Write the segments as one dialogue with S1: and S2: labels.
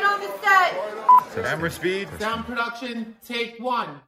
S1: that.
S2: Camera speed.
S3: Sound production, take one.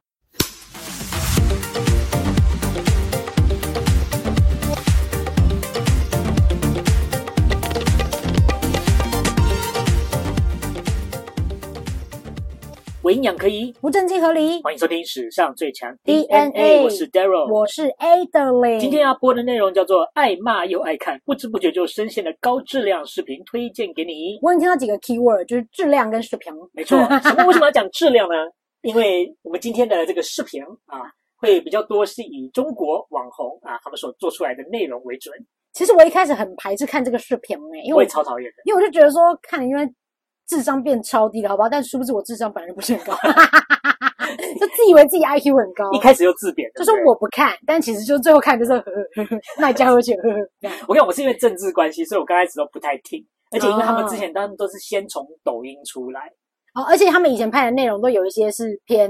S4: 伪营养可以，
S5: 不正经合理。
S4: 欢迎收听史上最强
S5: DNA
S4: 我是 Daryl，
S5: 我是 Adeline，
S4: 今天要播的内容叫做“爱骂又爱看”，不知不觉就深陷了高质量视频推荐给你。
S5: 我已经听到几个 keyword，就是质量跟水平。
S4: 没 错，什么为什么要讲质量呢？因为我们今天的这个视频啊，会比较多是以中国网红啊他们所做出来的内容为准，
S5: 其实我一开始很排斥看这个视频诶、因
S4: 我
S5: 为
S4: 也
S5: 我
S4: 超讨厌的。
S5: 因为我就觉得说看了因为智商变超低了，好不好？但殊不知我智商本来就不 是很高，就自以为自己 IQ 很高
S4: 一。开始就自贬，
S5: 哦
S4: 对不
S5: 就说
S4: 对
S5: 我不看，但其实就最后看就是呵呵呵呵，那家伙去呵呵这样。
S4: 我跟你讲，我是因为政治关系，所以我刚开始都不太听，而且因为他们
S5: 哦
S4: 之前他们都是先从抖音出来，
S5: 哦，而且他们以前拍的内容都有一些是偏，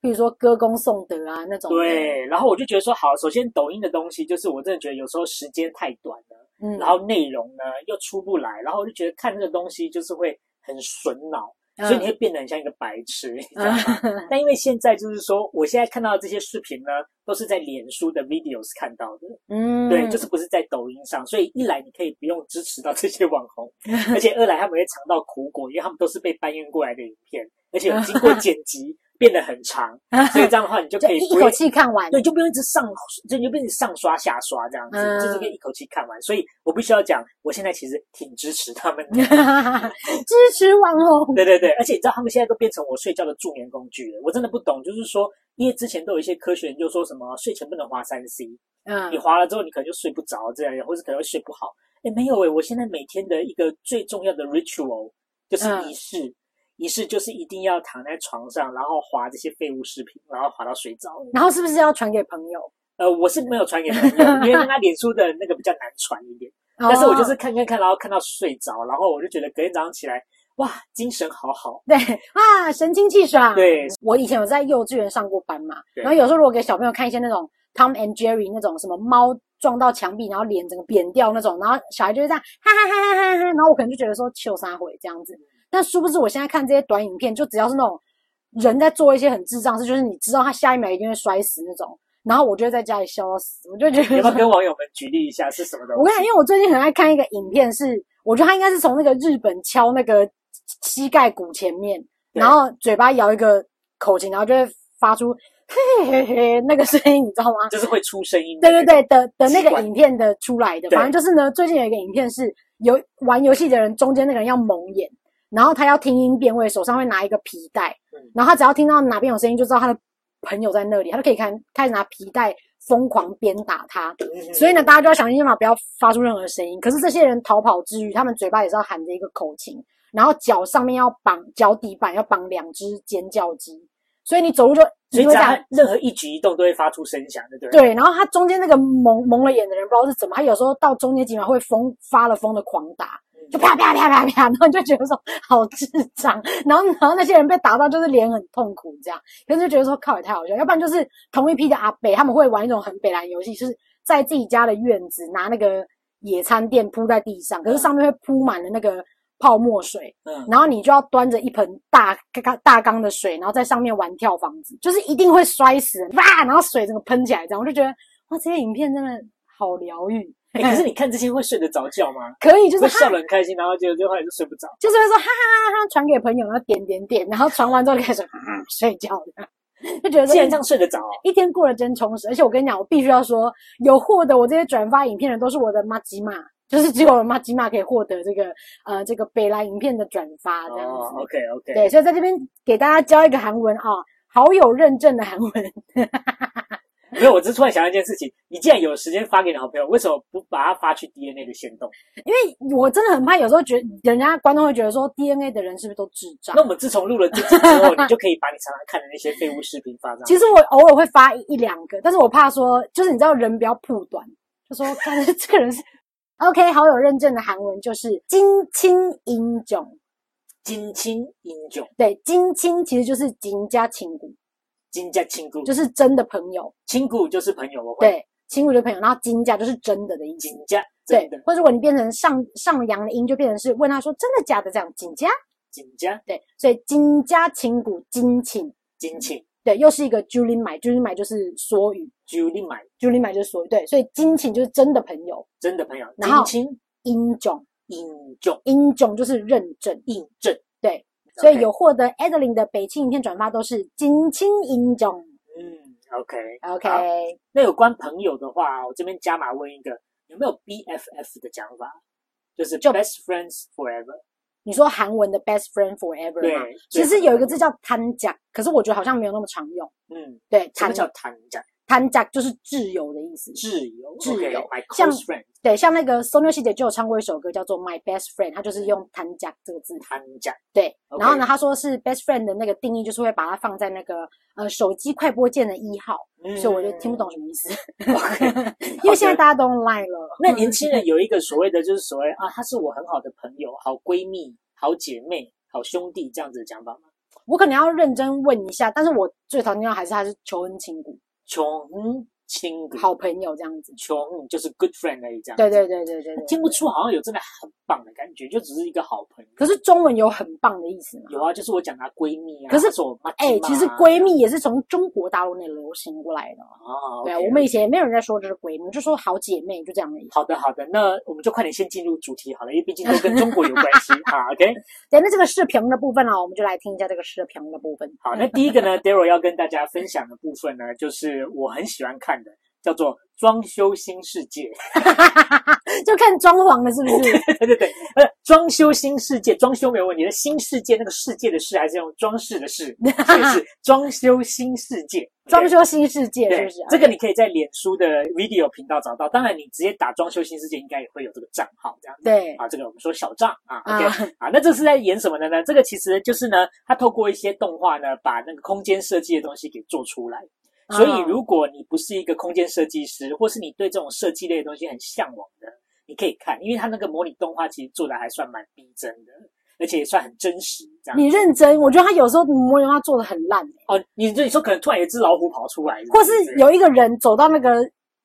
S5: 比如说歌功颂德啊那种。，
S4: 对，然后我就觉得说，好，首先抖音的东西，就是我真的觉得有时候时间太短了，
S5: 嗯，
S4: 然后内容呢又出不来，然后我就觉得看这个东西就是会很损脑，
S5: 嗯
S4: 所以你会变得很像一个白痴，你知道吗？
S5: 嗯
S4: 但因为现在就是说，我现在看到的这些视频呢，都是在脸书的 videos 看到的，
S5: 嗯，
S4: 对， 就是不是在抖音上，所以一来你可以不用支持到这些网 红，而且二来他们会尝到苦果，因为他们都是被搬运过来的影片，而且有经过剪 辑变得很长，所以这样的话你就
S5: 就
S4: 可以
S5: 一
S4: 不
S5: 一口
S4: 用
S5: 气看完。
S4: 对，就不用一直上，就你就变成上刷下刷这样子，
S5: 嗯
S4: 就是可以一口气看完。所以我必须要讲，我现在其实挺支持他们的。
S5: 支持网红。
S4: 对对对，而且你知道他们现在都变成我睡觉的助眠工具了。我真的不懂，就是说，因为之前都有一些科学研究说什么睡前不能滑三 C，
S5: 嗯
S4: 你滑了之后你可能就睡不着这样，或者可能会睡不好。哎，没有哎，我现在每天的一个最重要的 ritual 就是
S5: 嗯
S4: 仪式，仪式就是一定要躺在床上，然后滑这些废物视频，然后滑到睡着。
S5: 然后是不是要传给朋友？
S4: 呃，我是没有传给朋友，因为那他脸书的那个比较难传一点。
S5: 哦
S4: 但是我就是看看看，然后看到睡着，然后我就觉得隔天早上起来，哇，精神好好。
S5: 对 啊，神清气爽。，
S4: 对，
S5: 我以前有在幼稚园上过班嘛，
S4: 对
S5: 然后有时候如果给小朋友看一些那种 Tom and Jerry 那种什么猫撞到墙壁，然后脸整个扁掉那种，然后小孩就会这样哈哈哈哈哈哈，然后我可能就觉得说糗三回这样
S4: 嗯
S5: 子。但殊不知我现在看这些短影片，就只要是那种人在做一些很智障的事，就是你知道他下一秒一定会摔死那种，然后我就会在家里笑到死，我就觉得
S4: 你要不
S5: 说
S4: 要跟网友们举例一下是什么东
S5: 我跟你讲，
S4: 西？
S5: 因为我最近很爱看一个影片是，我觉得他应该是从那个日本敲那个膝盖骨前面，
S4: 对
S5: 然后嘴巴咬一个口琴，然后就会发出嘿嘿嘿那个声音，你知 道吗？
S4: 就是会出声音的
S5: 对
S4: 那
S5: 对
S4: 种。
S5: 对的的那
S4: 奇怪
S5: 个影片的出来的，
S4: 对
S5: 反正就是呢，最近有一个影片是游玩游戏的人中间那个人要蒙眼，然后他要听音辨位，手上会拿一个皮带
S4: 嗯，
S5: 然后他只要听到哪边有声音，就知道他的朋友在那里，他就可以开开始拿皮带疯狂鞭打他。
S4: 嗯
S5: 所以呢，大家就要想尽办法不要发出任何声音。可是这些人逃跑之余，他们嘴巴也是要喊着一个口琴，然后脚上面要绑脚底板要绑两只尖叫鸡，所以你走路就
S4: 所以
S5: 你会
S4: 只
S5: 这嗯
S4: 要
S5: 样。
S4: 他任何一举一动都会发出声响，对不对？
S5: 对，然后他中间那个蒙蒙了眼的人不知道是怎么，他有时候到中间几秒会疯发了疯的狂打，
S4: 嗯
S5: 就啪啪啪啪啪，然后你就觉得说好智障，然后然后那些人被打到就是脸很痛苦这样，可是就觉得说靠也太好笑，要不然就是同一批的阿北他们会玩一种很北蓝游戏，就是在自己家的院子拿那个野餐垫铺在地上，可是上面会铺满了那个泡沫水，
S4: 嗯，
S5: 然后你就要端着一盆大缸大缸的水，然后在上面玩跳房子，就是一定会摔死人，哇！然后水整个喷起来，这样我就觉得哇，这些影片真的好疗愈。
S4: 哎可是你看这些会睡得着觉吗？
S5: 可以，就是
S4: 会
S5: 哈
S4: 笑，得很开心，然后结果就后来就睡不着。
S5: 就是会说哈哈哈哈，传给朋友，然后点点点，然后传完之后就开始、嗯、睡觉了，就觉得
S4: 竟然
S5: 说
S4: 这样睡得着哦，
S5: 一天过得真充实。而且我跟你讲，我必须要说，有获得我这些转发影片的都是我的妈吉玛，就是只有我的妈吉玛可以获得这个呃这个北来影片的转发这样子。
S4: 哦，OK OK，
S5: 对，所以在这边给大家教一个韩文啊、好友认证的韩文。
S4: 没有，我只是突然想到一件事情，你既然有时间发给你好朋友，为什么不把它发去 DNA 的线动？
S5: 因为我真的很怕，有时候觉得人家观众会觉得说 DNA 的人是不是都智障
S4: 那？我们自从录了这集之后，你就可以把你常常看的那些废物视频发上。
S5: 其实我偶尔会发一一两个，但是我怕说，就是你知道人比较铺短，就说看 这个人是 OK 好友认证的韩文就是金青英种，
S4: 金青英囧，
S5: 对，金青其实就是金加情骨，
S4: 金加亲姑，
S5: 就是真的朋友，
S4: 亲姑就是朋友，我会。
S5: 对，情骨的朋友，然后金加就是真的的意思
S4: 金。加
S5: 对
S4: 真的，
S5: 或者如果你变成上上扬的音，就变成是问他说真的假的这样，金加
S4: 金家
S5: 对，所以金家琴谷金庆，
S4: 金庆
S5: 对，又是一个 Julie 买，Julie 买就是缩语
S4: Julie 买
S5: ，Julie 买就是缩语，对，所以金庆就是真的朋友，
S4: 真的朋友，
S5: 然后
S4: 金庆
S5: 英囧，
S4: 英重
S5: 英囧就是认证，
S4: 印证，
S5: 对，所以
S4: OK，
S5: 有获得 Adeline 的北庆影片转发都是金青英囧
S4: 嗯 OK
S5: ，OK，
S4: 好那有关朋友的话，我这边加码问一个，有没有 BFF 的讲法？就是
S5: 就
S4: best friends forever。
S5: 你说韩文的 best friend forever 吗？
S4: 对，
S5: 其实
S4: 对
S5: 有一个字，叫贪甲，可是我觉得好像没有那么常用。
S4: 嗯，
S5: 对，
S4: 什
S5: 谈
S4: 么叫谈讲？
S5: 谈甲就是挚友的意思。
S4: 挚友，
S5: 挚友
S4: o k my
S5: 像
S4: close friend，
S5: 对，像那个 Sonia 姐姐就有唱过一首歌叫做《My Best Friend》，她就是用“谈甲”这个字。
S4: 谈讲，
S5: 对
S4: OK
S5: 然后呢，她说是 best friend 的那个定义，就是会把它放在那个呃手机快播键的一号，
S4: 嗯
S5: 所以我就听不懂。什么意 思。
S4: OK，
S5: 因为现在大家都用 Line
S4: 嗯
S5: 了，嗯
S4: 那年轻人有一个所谓的，就是所谓啊，她是我很好的朋友、好闺蜜、好姐妹、好兄弟这样子的讲法吗？
S5: 我可能要认真问一下。但是我最常听到还是她是求恩情骨，
S4: 穷亲格，
S5: 好朋友这样子。
S4: 穷就是 good friend 而已，这样子。
S5: 对对对对对对。
S4: 听不出好像有真的很棒的感觉，就只是一个好朋友。
S5: 可是中文有很棒的意思吗？
S4: 有啊，就是我讲她闺蜜啊，
S5: 可是
S4: 她我妈
S5: 哎、其实闺蜜也是从中国大陆那流行过来的。
S4: 啊，
S5: 对啊，
S4: OK
S5: 我们以前也没有人在说这是闺蜜，就说好姐妹，就这样的意思。
S4: 好的好的，那我们就快点先进入主题好了，因为毕竟都跟中国有关 系好 OK，
S5: 对，那这个视频的部分呢、啊我们就来听一下这个视频的部分。嗯
S4: 好，那第一个 呢，Daryl 要跟大家分享的部分呢，就是我很喜欢看的，叫做《装修新世界》。
S5: 就看装潢了，是不是？
S4: 对对对，呃，装修新世界，装修没有问题。那新世界那个世界的世还是用装饰的饰，所以 是装修新世界。
S5: 装修新世界，
S4: 对
S5: 是不是？
S4: 这个你可以在脸书的 video 频道找到。当然，你直接打“装修新世界”应该也会有这个账号，这样子。
S5: 对
S4: 啊，这个我们说小账啊
S5: 啊
S4: ，OK 啊，那这是在演什么的呢？这个其实就是呢，它透过一些动画呢，把那个空间设计的东西给做出来。所
S5: 嗯
S4: 以，如果你不是一个空间设计师，或是你对这种设计类的东西很向往的，你可以看，因为它那个模拟动画其实做的还算蛮逼真的，而且也算很真实。这样
S5: 你认真，我觉得他有时候模拟化做的很烂、欸
S4: 哦，你你说可能突然有一只老虎跑出来，
S5: 或是有一个人走到那个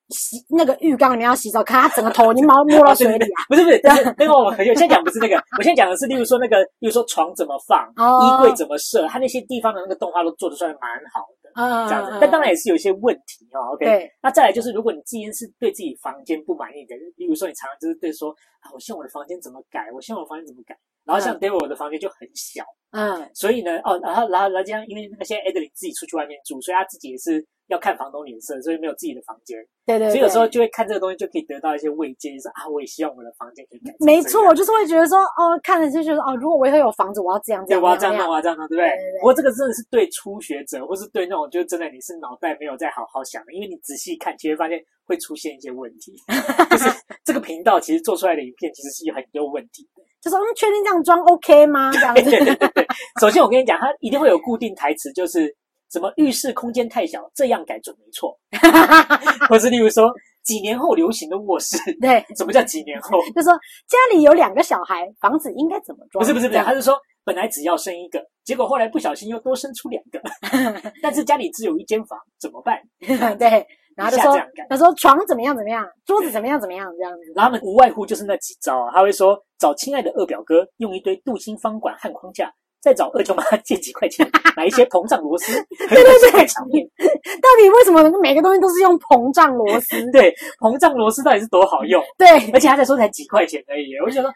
S5: 洗那个浴缸里面要洗澡，看他整个头已经毛摸
S4: 哦
S5: 到水里啊，
S4: 不是不是， 但是那个我很有，现在讲不是那个，我现在讲的是，例如说那个，例如说床怎么放，
S5: 哦
S4: 衣柜怎么设，它那些地方的那个动画都做的算蛮好的，
S5: 嗯，
S4: 这样子
S5: 嗯。
S4: 但当然，也是有一些问题哦。OK，
S5: 对
S4: 那再来就是，如果你今天是对自己房间不满意的，例如说你常常就是对说啊，我希望我的房间怎么改，我希望我的房间怎么改。然后像 David 我的房间就很小，
S5: 嗯，
S4: 所以呢，哦，然后然后然后这样，因为那些 Adeline 自己出去外面住，所以他自己也是要看房东脸色，所以没有自己的房间。
S5: 对对对。
S4: 所以有时候就会看这个东西，就可以得到一些慰藉，就是啊，我也希望我的房间可以改成这样。
S5: 没错，我就是会觉得说，哦，看了就觉得哦，如果我以后有房子，我要这样这
S4: 对，
S5: 样
S4: 我要这
S5: 那
S4: 样弄，啊
S5: 样。
S4: 我要这样弄，对不对
S5: 对对对？
S4: 不过这个真的是对初学者，或是对那种就是真的你是脑袋没有在好好想的，因为你仔细看，其实发现会出现一些问 题。就是这个频道其实做出来的影片其实是很有问 题的。
S5: 就说嗯，确定这样装 OK 吗？这 样子，
S4: 首先我跟你讲，它一定会有固定台词，就是什么浴室空间太小，这样改准没 错，或是例如说几年后流行的卧室，
S5: 对，
S4: 什么叫几年后？
S5: 就说家里有两个小孩，房子应该怎么装？
S4: 不是不是不是，
S5: 这样
S4: 他是说本来只要生一个，结果后来不小心又多生出两 个，但是家里只有一间房，怎么办？
S5: 对，然后
S4: 一
S5: 就
S4: 下
S5: 说
S4: 这样改
S5: 他说床怎么样怎么样，桌子怎么样怎么样这样子。
S4: 然后他们无外乎就是那几招啊，他会说找亲爱的二表哥，用一堆镀锌方管和框架，再找二舅妈借几块 钱买一些膨胀螺丝，对
S5: 对对
S4: 场面，
S5: 到底为什么每个东西都是用膨胀螺丝？
S4: 对，膨胀螺丝到底是多好用？
S5: 对
S4: 而且他才说才几块钱而已，我就想说。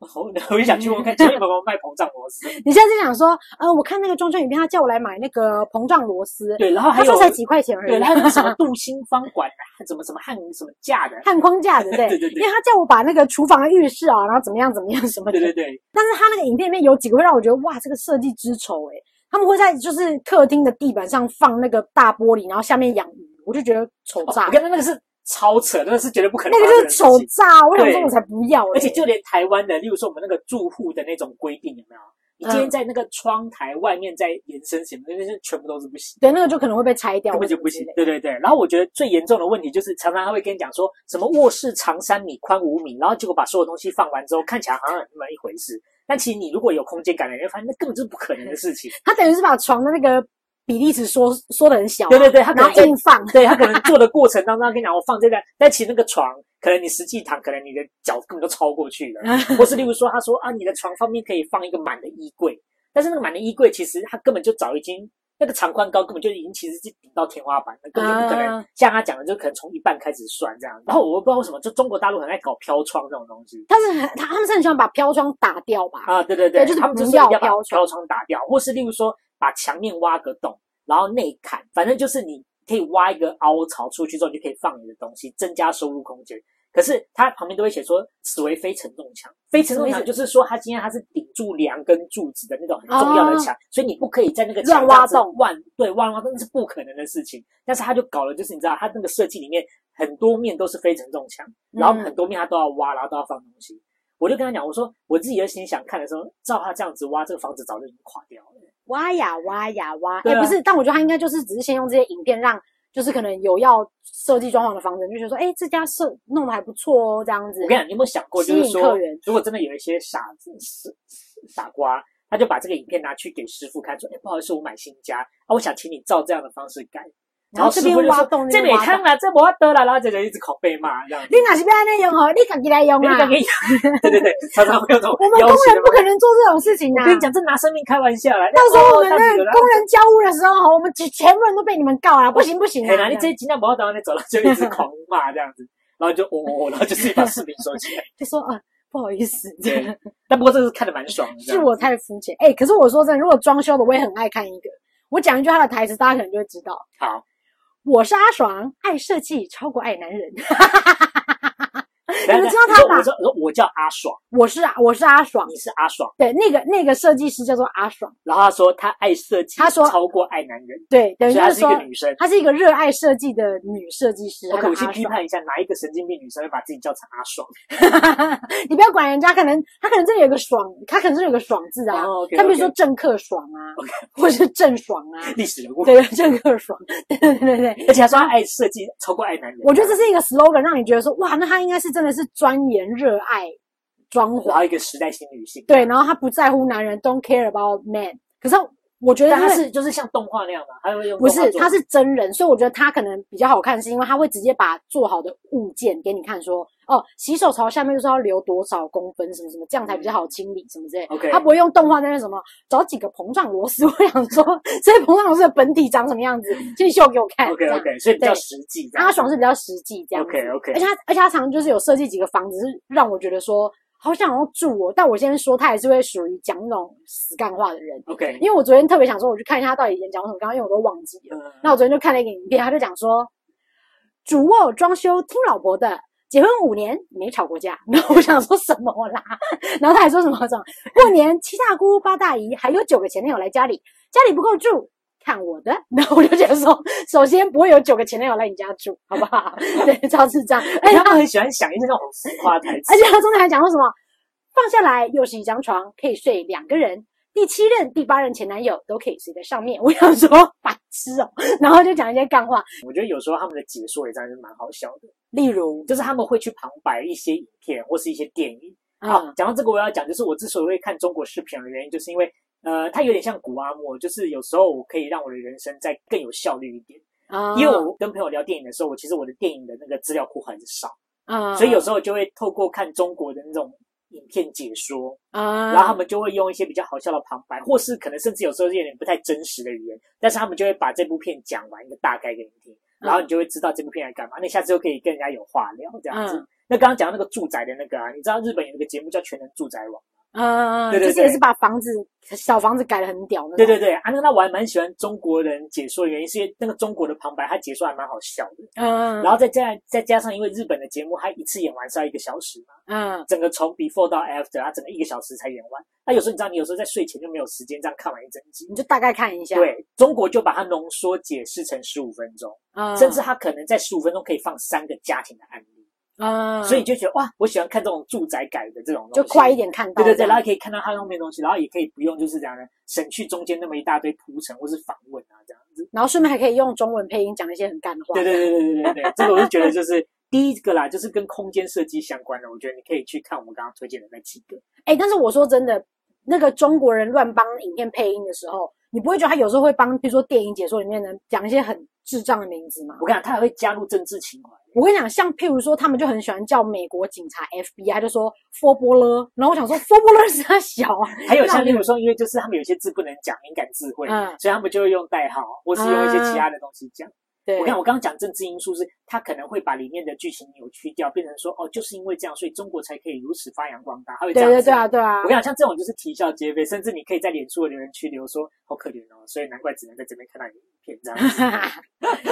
S4: 我我就想去问 看，请问有没有卖膨胀螺丝？
S5: 你现在是想说，呃，我看那个装修影片，他叫我来买那个膨胀螺丝，哦
S4: 对，然后还
S5: 他
S4: 有
S5: 说才几块钱而
S4: 对，
S5: 已，
S4: 还有什么镀锌方管啊，什么什么焊什么架的，
S5: 焊框 架的，对，
S4: 对对对
S5: 因为他叫我把那个厨房的浴室啊，然后怎么样怎么样 什么的
S4: 对，对 对，
S5: 但是他那个影片里面有几个会让我觉得哇，这个设计之丑诶、他们会在就是客厅的地板上放那个大玻璃，然后下面养鱼，我就觉得丑
S4: 哦
S5: 炸
S4: 我，跟他那个是超扯，那个是绝对不可能发
S5: 那个
S4: 生
S5: 就
S4: 的
S5: 是
S4: 事
S5: 丑
S4: 情。
S5: 炸，我想说
S4: 对
S5: 我才不要、欸，
S4: 而且就连台湾的，例如说我们那个住户的那种规定有
S5: 嗯
S4: 没有？你今天在那个窗台外面再延伸什么，那些全部都是不行。
S5: 对那个就可能会被拆掉，
S4: 根本就
S5: 或者
S4: 不
S5: 之
S4: 行
S5: 类，的
S4: 对对对。然后我觉得最严重的问题就是，常常他会跟你讲说什么卧室长三米宽五米，然后结果把所有东西放完之后，看起来好像有那么一回事。但其实你如果有空间感的人，发现那根本就是不可能的事情。
S5: 他等于是把床的那个比例尺缩缩的很小、啊
S4: 对对对，他可
S5: 然
S4: 能
S5: 后
S4: 在
S5: 硬放，
S4: 对他可能做的过程当中，他跟你讲我放这个，但其实那个床可能你实际躺，可能你的脚根本都超过去了，或是例如说他说啊，你的床上面可以放一个满的衣柜，但是那个满的衣柜其实它根本就早已经。那个长宽高根本就已经其实是顶到天花板了，根 本就不可能
S5: 啊
S4: 像他讲的，就可能从一半开始算这样。然后我不知道为什么，就中国大陆很爱搞飘窗这种东西，
S5: 他是很他他们是很喜欢把飘窗打掉吧？
S4: 啊，对对
S5: 对就是
S4: 他们
S5: 不
S4: 就是
S5: 要
S4: 要把
S5: 飘窗
S4: 飘窗打掉，或是例如说把墙面挖个洞，然后内砍，反正就是你可以挖一个凹槽出去之后，你就可以放你的东西，增加收入空间。可是它旁边都会写说“此为非承重墙”，非承重
S5: 什么
S4: 墙
S5: 意
S4: 就是说它今天它是顶住梁跟柱子的那种很重要的墙，所以你不可以在那个墙
S5: 哦乱挖
S4: 上子
S5: 洞
S4: 乱对乱挖洞那是不可能的事情。但是它就搞了，就是你知道它那个设计里面很多面都是非承重墙，然后
S5: 嗯
S4: 很多面它都要挖，然后都要放东西。我就跟他讲，我说我自己的心想看的时候，照他这样子挖，这个房子早就已经垮掉了。
S5: 挖呀挖呀挖，
S4: 对
S5: 哎、
S4: 啊
S5: 不是，但我觉得他应该就是只是先用这些影片让，就是可能有要设计装潢的房子人就觉得说，哎、这家设弄得还不错哦，这样子
S4: 我跟。你讲，你有没有想过，就是
S5: 吸引客
S4: 说
S5: 源，
S4: 如果真的有一些傻子、傻傻瓜，他就把这个影片拿去给师傅看，说：“哎，不好意思，我买新家啊，我想请你照这样的方式改。”
S5: 然后
S4: 师
S5: 这
S4: 傅
S5: 边
S4: 就
S5: 挖
S4: 说：“
S5: 洞，
S4: 这
S5: 那
S4: 没
S5: 边挖
S4: 看
S5: 洞。
S4: 啦，这没得啦。”然后这就一直狂被骂这样子
S5: 你。哪是不要那用哦？你自己来用
S4: 对
S5: 啊！
S4: 对 对对对，常常会有这种
S5: 我们
S4: 要
S5: 工
S4: 挟
S5: 人
S4: 的
S5: 不
S4: 嘛。
S5: 可能做这种事情呐、
S4: 我跟你讲，这拿生命开玩笑啦。
S5: 到时候我们
S4: 哦
S5: 那
S4: 那
S5: 个工人交屋的时候，我们全全部人都被你们告啊！不行不行
S4: 哎，哪
S5: 啊！
S4: 里这一集那不要当那走了，就一 直狂骂这样子，然后就哦哦，哦然后就自己把视频收起来。
S5: 就说啊，不好意思，
S4: 对，但不过这个是看的蛮爽的，这
S5: 是
S4: 样
S5: 我太肤浅。哎、可是我说真的，如果装修的，我也很爱看一个。我讲一句他的台词，大家可能就会知道。
S4: 好，
S5: 我是阿爽，爱设计超过爱男人。
S4: 等
S5: 你
S4: 一
S5: 们知
S4: 下
S5: 道他吧
S4: 我说我说我叫阿爽，
S5: 我是啊，我是阿爽。
S4: 你是阿爽，
S5: 对，那个那个设计师叫做阿爽。
S4: 然后他说他爱设计，
S5: 他说
S4: 超过爱男人，
S5: 对，等
S4: 所以
S5: 于就
S4: 他
S5: 是
S4: 是一
S5: 说
S4: 个，女生。
S5: 她是一个热爱设计的女设计师。
S4: 我可
S5: 她叫
S4: 我去
S5: 阿
S4: 批
S5: 爽
S4: 判一下，哪一个神经病女生会把自己叫成阿爽？
S5: 你不要管人家，可能他可能真的有个爽，他可能真的有个爽字啊。
S4: 哦，OK，
S5: 他比如说
S4: OK
S5: 政客爽啊，或者是郑爽 啊，
S4: 历史人物，
S5: 对对，政客爽，对对对对。
S4: 而且他说他爱设计超过爱男人，
S5: 我觉得这是一个 slogan，让你觉得说哇，那他应该是真的是钻研热爱装
S4: 然
S5: 潢，
S4: 后一个时代新女性，
S5: 对，然后他不在乎男人，don't care about man。可是我觉得
S4: 但
S5: 他
S4: 他
S5: 是
S4: 是就是像动画那样嘛，他会用
S5: 不
S4: 动画
S5: 是
S4: 做
S5: 他是真人，所以我觉得他可能比较好看，是因为他会直接把做好的物件给你看说，哦，洗手槽下面就是要留多少公分，什么什么，这样才比较好清理，什么之类的。
S4: OK
S5: 他不会用动画在那什么找几个膨胀螺丝，我想说， 这膨胀螺丝的本体长什么样子，去秀给我看。
S4: OK
S5: 这样
S4: OK，所以比较
S5: 对
S4: 实际这样。
S5: 阿爽是比较实际这样子。
S4: OK OK，
S5: 而且他而且他常常就是有设计几个房子，是让我觉得说好想要住哦。但我先说，他也是会属于讲那种死干话的人。
S4: OK，
S5: 因为我昨天特别想说，我去看一下他到底以前讲什么，刚刚因为我都忘记了。
S4: 嗯
S5: 那我昨天就看了一个影片，他就讲说，主卧装修听老婆的，结婚五年没吵过架。 然后我想说什么啦？然后他还说什么什么，过年七大姑八大姨还有九个前男友来家里，家里不够住。看我的， 然后我就觉得说，首先不会有九个前男友来你家住，好不好？ 对，超智障。而且
S4: 他
S5: 他
S4: 们很喜欢想一些那种浮夸台词
S5: 哎而，且他中间还讲说什么，放下来又是一张床，可以睡两个人。第七任、第八任前男友都可以睡在上面，我 想说白痴哦、然后就讲一些干话，
S4: 我觉得有时候他们的解说也真的是蛮好笑的。
S5: 例如，
S4: 就是他们会去旁白一些影片或是一些电影。
S5: 啊、
S4: 啊，讲到这个，我要讲，就是我之所以会看中国视频的原因，就是因为呃，它有点像古阿莫，就是有时候我可以让我的人生再更有效率一点。
S5: 啊
S4: 因为我跟朋友聊电影的时候，我其实我的电影的那个资料库很少，
S5: 啊
S4: 所以有时候就会透过看中国的那种影片解说，
S5: 啊，
S4: 然后他们就会用一些比较好笑的旁白，或是可能甚至有时候是有点不太真实的语言，但是他们就会把这部片讲完一个大概给你听，然后你就会知道这部片来干嘛，那你下次就可以跟人家有话聊这样子。
S5: 嗯
S4: 那刚刚讲到那个住宅的那个啊，你知道日本有一个节目叫《全能住宅网》，
S5: 啊，
S4: 对对
S5: 就是
S4: 对
S5: 也是把房子小房子改的很屌那
S4: 对
S5: 种，
S4: 对对，啊，那那我还蛮喜欢中国人解说的原因，是因为那个中国的旁白他解说还蛮好笑的，
S5: 嗯，
S4: 然后再加再加上因为日本的节目，它一次演完是要一个小时嘛，
S5: 嗯
S4: 整个从 before 到 after，它整个一个小时才演完。那有时候你知道，你有时候在睡前就没有时间这样看完一整集
S5: 你。就大概看一下，，
S4: 对，中国就把它浓缩解释成十五分钟，
S5: 嗯、
S4: 甚至它可能在十五分钟可以放三个家庭的案例，
S5: 嗯，
S4: 所以你就觉得哇，我喜欢看这种住宅改的这种东西，
S5: 就快一点看到
S4: 对对
S5: 这样，
S4: 对，然后也可以看到它后面的东西，然后也可以不用就是这样呢，省去中间那么一大堆铺陈或是访问啊这样子。
S5: 然后顺便还可以用中文配音讲一些很干的话，
S4: 对对对对对对对，这个我就觉得就是第一个啦，就是跟空间设计相关的，我觉得你可以去看我们刚刚推荐的那几个。
S5: 哎、但是我说真的，那个中国人乱帮影片配音的时候，你不会觉得他有时候会帮，比如说电影解说里面的人讲一些很智障的名字吗？
S4: 我跟你讲，他还会加入政治情怀。
S5: 我跟你讲，像譬如说，他们就很喜欢叫美国警察 FBI，就说 “for 波勒”，然后我想说 “for 波勒”是他小啊，
S4: 还有
S5: 那
S4: 像
S5: 我
S4: 例如说，因为就是他们有些字不能讲，敏感字汇，
S5: 嗯
S4: 所以他们就会用代号，或是用一些其他的东西讲。
S5: 啊对
S4: 我，看我刚刚讲政治因素是，他可能会把里面的剧情扭曲掉，变成说哦，就是因为这样，所以中国才可以如此发扬光大。他会这
S5: 对
S4: 样
S5: 对
S4: 子
S5: 对啊，对啊
S4: 我跟，你讲，像这种就是啼笑皆非，甚至你可以在脸书的留言区留说好可怜哦，所以难怪只能在这边看到你的影片这 样子。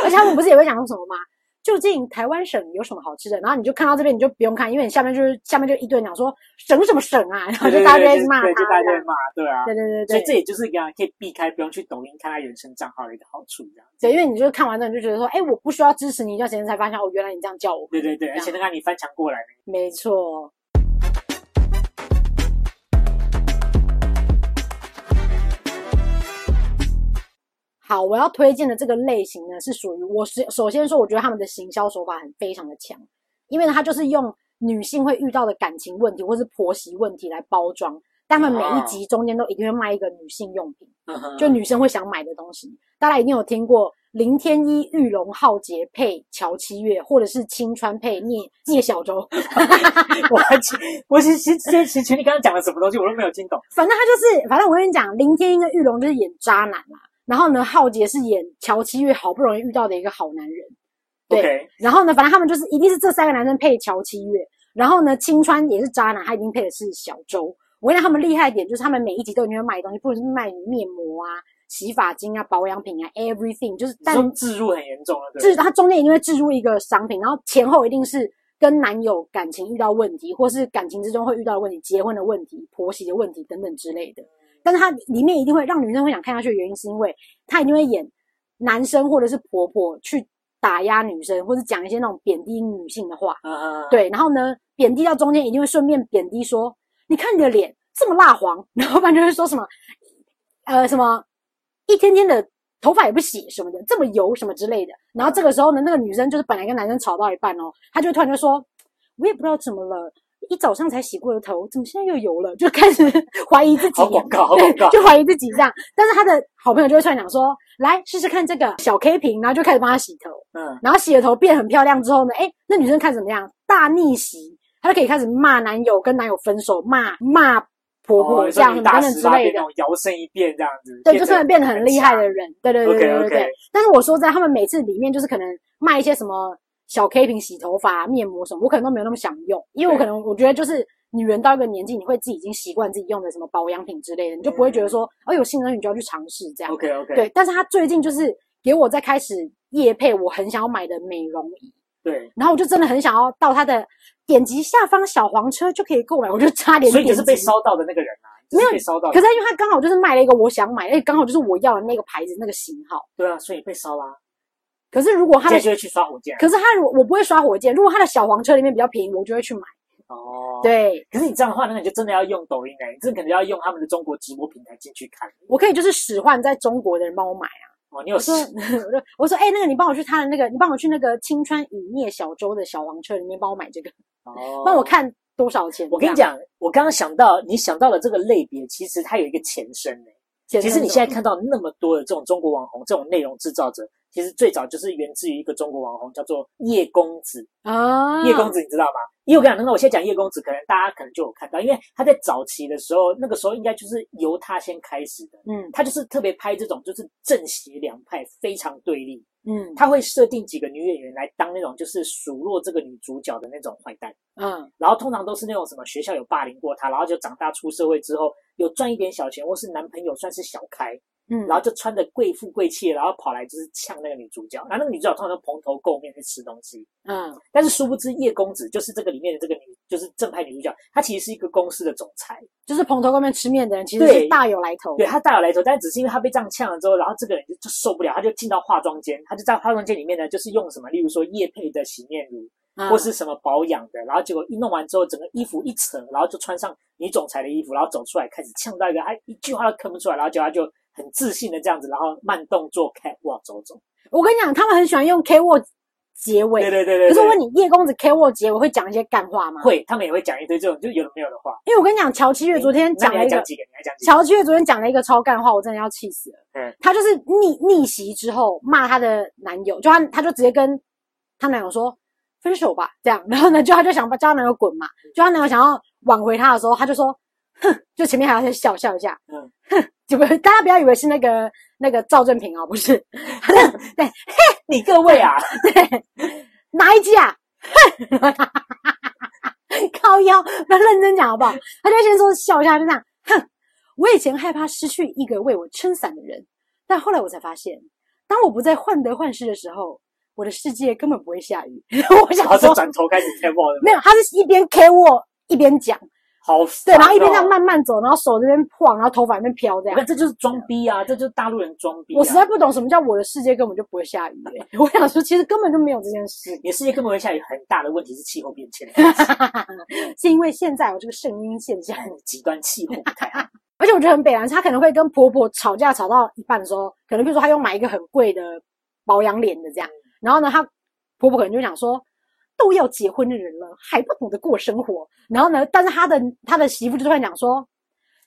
S5: 而且他们不是也会讲说什么吗？究竟台湾省有什么好吃的？然后你就看到这边，你就不用看，因为你下面就是下面就一堆人讲说省什么省啊，然后就大家就
S4: 对
S5: 一
S4: 对
S5: 直骂
S4: 对，就
S5: 他
S4: 大家
S5: 这
S4: 就
S5: 样。
S4: 会骂，对啊。
S5: 对对
S4: 所
S5: 对对
S4: 以这也就是一个可以避开不用去抖音看他原生账号的一个好处，这样。
S5: 对，因为你就是看完之后你就觉得说，哎，我不需要支持你一段时间，才发现哦，原来你这样叫我。
S4: 对对对，而且
S5: 这
S4: 那个你翻墙过来的，
S5: 没错。好，我要推荐的这个类型呢，是属于我是首先说，我觉得他们的行销手法很非常的强，因为呢，他就是用女性会遇到的感情问题或是婆媳问题来包装，但他们每一集中间都一定会卖一个女性用品。
S4: 嗯哼
S5: 就女生会想买的东西。大家一定有听过林天一、玉龙、浩劫配乔七月，或者是青川配聂聂小舟，
S4: 我还其 我其实其实其实你刚刚讲了什么东西，我都没有听懂。
S5: 反正他就是，反正我跟你讲，林天一跟玉龙就是演渣男啦、然后呢，浩劫是演乔七月好不容易遇到的一个好男人。对
S4: OK，
S5: 然后呢，反正他们就是一定是这三个男生配乔七月，然后呢，青川也是渣男，他一定配的是小周。我跟你讲，他们厉害一点就是他们每一集都一定会卖东西，不论是卖面膜啊、洗发精啊、保养品啊，everything，就是
S4: 你
S5: 但
S4: 说置入很严重了，对
S5: 置
S4: 不对。
S5: 它中间一定会置入一个商品，然后前后一定是跟男友感情遇到问题，或是感情之中会遇到的问题、结婚的问题、婆媳的问题等等之类的。但是它里面一定会让女生会想看下去的原因，是因为它一定会演男生或者是婆婆去打压女生，或是讲一些那种贬低女性的话。
S4: 嗯哼，
S5: 对，然后呢，贬低到中间一定会顺便贬低说，你看你的脸这么蜡黄，然后不然就会说什么，呃，什么一天天的头发也不洗什么的，这么油什么之类的。然后这个时候呢，那个女生就是本来跟男生吵到一半哦，她就突然就说，我也不知道怎么了。一早上才洗过的头，怎么现在又油了？就开始 怀疑自己，
S4: 好广告好
S5: 对
S4: 广告
S5: 就怀疑自己这样。但是她的好朋友就会突然讲说：“来试试看这个小 K 瓶。”然后就开始帮她洗头。
S4: 嗯，
S5: 然后洗了头变很漂亮之后呢，哎，那女生看怎么样？大逆袭，她就可以开始骂男友，跟男友分手，骂骂婆婆、
S4: 哦
S5: 这样
S4: 你说女
S5: 等
S4: 大
S5: 等
S4: 十
S5: 之
S4: 八
S5: 类
S4: 变那
S5: 的。
S4: 种摇身一变这样子，
S5: 对，就突然变得
S4: 得
S5: 很厉害的
S4: 强。
S5: 人，对对对对
S4: OK，OK
S5: 对对对。但是我说实在，他们每次里面就是可能卖一些什么小 K 瓶洗头发、面膜什么，我可能都没有那么想用，因为我
S4: 对
S5: 可能我觉得就是女人到一个年纪，你会自己已经习惯自己用的什么保养品之类的，你就不会觉得说，哦，有新人你就要去尝试这样。
S4: 嗯 OK OK，
S5: 对，但是他最近就是给我在开始夜配，我很想要买的美容仪。
S4: 对，
S5: 然后我就真的很想要到他的点击下方小黄车就可以购买，我就差点
S4: 所以你
S5: 点
S4: 就是被
S5: 击
S4: 烧到的那个人啊，你就是被烧到
S5: 可
S4: 的，
S5: 是因为他刚好就是卖了一个我想买，而且刚好就是我要的那个牌子那个型号。
S4: 对啊，所以被烧啦，
S5: 可是如果他
S4: 现
S5: 的
S4: 在，就会去刷火箭。啊
S5: 可是他如果我不会刷火箭，如果他的小黄车里面比较便宜，我就会去买。
S4: 哦，。
S5: 对，
S4: 可是你这样的话，那你就真的要用抖音哎、你这可能要用他们的中国直播平台进去看。
S5: 我可以就是使唤在中国的人帮我买啊。
S4: 哦，你有
S5: 我说， 我说，我说，哎、那个你帮我去他的那个，你帮我去那个青川与聂小舟的小黄车里面帮我买这个，
S4: 哦，
S5: 帮我看多少钱。
S4: 我跟你
S5: 这样，
S4: 讲，我刚刚想到，你想到了这个类别，其实它有一个前身呢、
S5: 钱
S4: 其实
S5: 那
S4: 你
S5: 种
S4: 现在看到那么多的这种中国网红、这种内容制造者，其实最早就是源自于一个中国网红，叫做叶公子。
S5: 啊，
S4: 叶公子你知道吗？因为我跟你讲，那我现在讲叶公子，可能大家可能就有看到，因为他在早期的时候，那个时候应该就是由他先开始的。
S5: 嗯
S4: 他就是特别拍这种就是正邪两派非常对立，
S5: 嗯
S4: 他会设定几个女演员来当那种就是数落这个女主角的那种坏蛋。
S5: 嗯
S4: 然后通常都是那种什么学校有霸凌过她，然后就长大出社会之后有赚一点小钱，或是男朋友算是小开，
S5: 嗯，
S4: 然后就穿的贵妇贵气，然后跑来就是呛那个女主角，然后那个女主角通常都蓬头垢面去吃东西。
S5: 嗯
S4: 但是殊不知叶公子就是这个里面的这个女，就是正派女主角，她其实是一个公司的总裁，
S5: 就是蓬头垢面吃面的人，其实是
S4: 对
S5: 大有来头。
S4: 对她大有来头，但只是因为她被这样呛了之后，然后这个人就就受不了，她就进到化妆间，她就在化妆间里面呢，就是用什么，例如说叶配的洗面乳，
S5: 嗯，
S4: 或是什么保养的，然后结果一弄完之后，整个衣服一扯，然后就穿上女总裁的衣服，然后走出来开始呛到一个，他一句话都吭不出来，然后结果他就很自信的这样子，然后慢动作 catwalk 走走。
S5: 我跟你讲，他们很喜欢用 K word 结尾。
S4: 对对对对。
S5: 可是我问
S4: 你，
S5: 你，叶公子 K 我结尾会讲一些干话吗？。
S4: 会他们也会讲一堆这种就有的没有的话。
S5: 因为我跟你讲，乔七月昨天
S4: 那
S5: 讲
S4: 你
S5: 了
S4: 来
S5: 一个
S4: 讲，几个，你来讲几个。
S5: 乔七月昨天讲了一个超干话，我真的要气死了。
S4: 嗯，
S5: 她就是逆逆袭之后骂她的男友，就她她就直接跟她男友说分手吧，这样，然后呢，就她就想把叫她男友滚嘛，就她男友想要挽回她的时候，她就说哼，就前面还要先笑笑一下，
S4: 嗯
S5: 嗯，哼，就不大家不要以为是那个那个赵正平哦，不是， 她就对
S4: 你各位 啊，
S5: 对， 哪一季啊？哼靠腰，不要认真讲好不好？他就先说笑一下，就那样，哼。我以前害怕失去一个为我撑伞的人，但后来我才发现，当我不再患得患失的时候，我的世界根本不会下雨。 我
S4: 然
S5: 想
S4: 后就
S5: 说，
S4: 转头开始 t a 了，
S5: 没有，他是一边 K 我一边讲，
S4: 好烦
S5: 对，
S4: 哦
S5: 然后一边这样。慢慢走，然后手这边晃，然后头发那边飘这
S4: 我
S5: 样
S4: 看。这就是装逼啊，这就是大陆人装逼、啊。
S5: 我实在不懂什么叫我的世界根本就不会下雨、欸 我想说，其实根本就没有这件事。
S4: 你的世界根本会下雨，很大的问题是气候变迁，
S5: 是因为现在有这个圣婴现象，
S4: 极端气 候不太好。
S5: 而且我觉得很北然，她可能会跟婆婆吵架吵到一半的时候，可能比如说她又买一个很贵的保养脸的这样，然后呢，她婆婆可能就想说，都要结婚的人了，还不懂得过生活，然后呢，但是她的她的媳妇就突然讲说。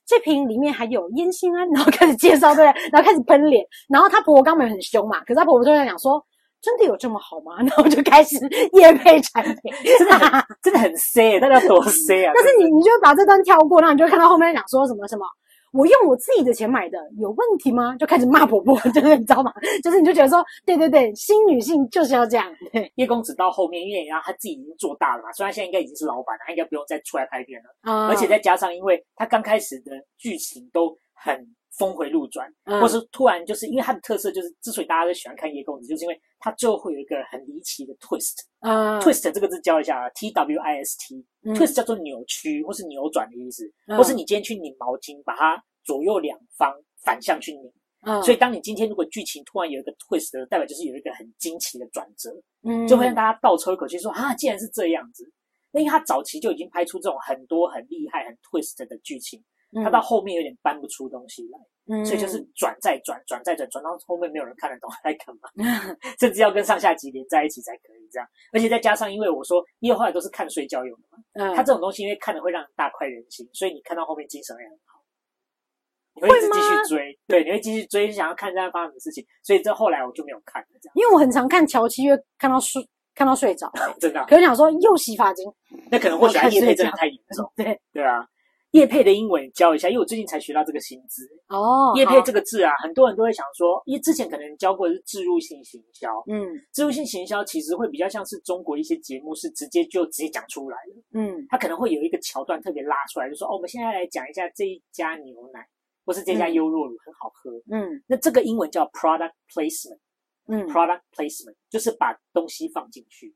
S5: 这瓶里面还有烟酰胺，然后开始介绍对不对，然后开始喷脸，然后她婆婆刚本很凶嘛，可是她婆婆突然讲说，真的有这么好吗？ 然后就开始夜配产品，
S4: 真的很真的很 C，大家多 C 啊！
S5: 但是你你就会把这段跳过，然后你就会看到后面讲说什么什么，我用我自己的钱买的，有问题吗？就开始骂婆婆， 就是你知道吗？就是你就觉得说，对对对，新女性就是要这样，对，
S4: 叶公子到后面，因为然后他自己已经做大了嘛，所以他现在应该已经是老板了，他应该不用再出来拍片了。
S5: 啊
S4: 而且再加上，因为他刚开始的剧情都很峰回路转，
S5: 嗯
S4: 或是突然就是因为他的特色就是，之所以大家都喜欢看叶公子，就是因为他最后会有一个很离奇的 twist。
S5: 呃
S4: twist 这个字教一下啊，T W I S T，twist
S5: 嗯
S4: 叫做扭曲或是扭转的意思，
S5: 嗯
S4: 或是你今天去拧毛巾，把它左右两方反向去拧。
S5: 嗯
S4: 所以当你今天如果剧情突然有一个 twist，的代表就是有一个很惊奇的转折。
S5: 以
S4: 就会让大家倒抽一口气说啊，既然是这样子，那因为他早期就已经拍出这种很多很厉害、很 twist 的剧情，他到后面有点搬不出东西来，
S5: 嗯
S4: 所以就是转再转，转再转，转到后面没有人看得懂他在干嘛， 甚至要跟上下集连在一起才可以这样。而且再加上，因为我说，因为后来都是看睡觉用的嘛，他
S5: 嗯
S4: 这种东西因为看了会让人大快人心，所以你看到后面精神会很好。你会
S5: 会
S4: 一直继
S5: 吗
S4: 续追，对，你会继续追，想要看人家发生什么事情，所以这后来我就没有看了，这
S5: 因为我很常看乔七月看到睡看到睡着，
S4: 样真的啊、
S5: 可是想说又洗发精，
S4: 那可能或许他
S5: 哦我看
S4: 叶配
S5: 睡
S4: 真的
S5: 着
S4: 太严重。
S5: 对
S4: 对啊，叶配的英文教一下，因为我最近才学到这个新字。
S5: 哦，
S4: 叶配
S5: 好
S4: 这个字啊，很多人都会想说，因为之前可能教过的是植入性行销，
S5: 嗯
S4: 植入性行销其实会比较像是中国一些节目是直接就直接讲出来的，
S5: 嗯
S4: 它可能会有一个桥段特别拉出来，就说哦，我们现在来讲一下这一家牛奶，或是这家
S5: 嗯
S4: 优酪乳很好喝。
S5: 嗯
S4: 那这个英文叫 product placement。
S5: 嗯
S4: product placement 就是把东西放进去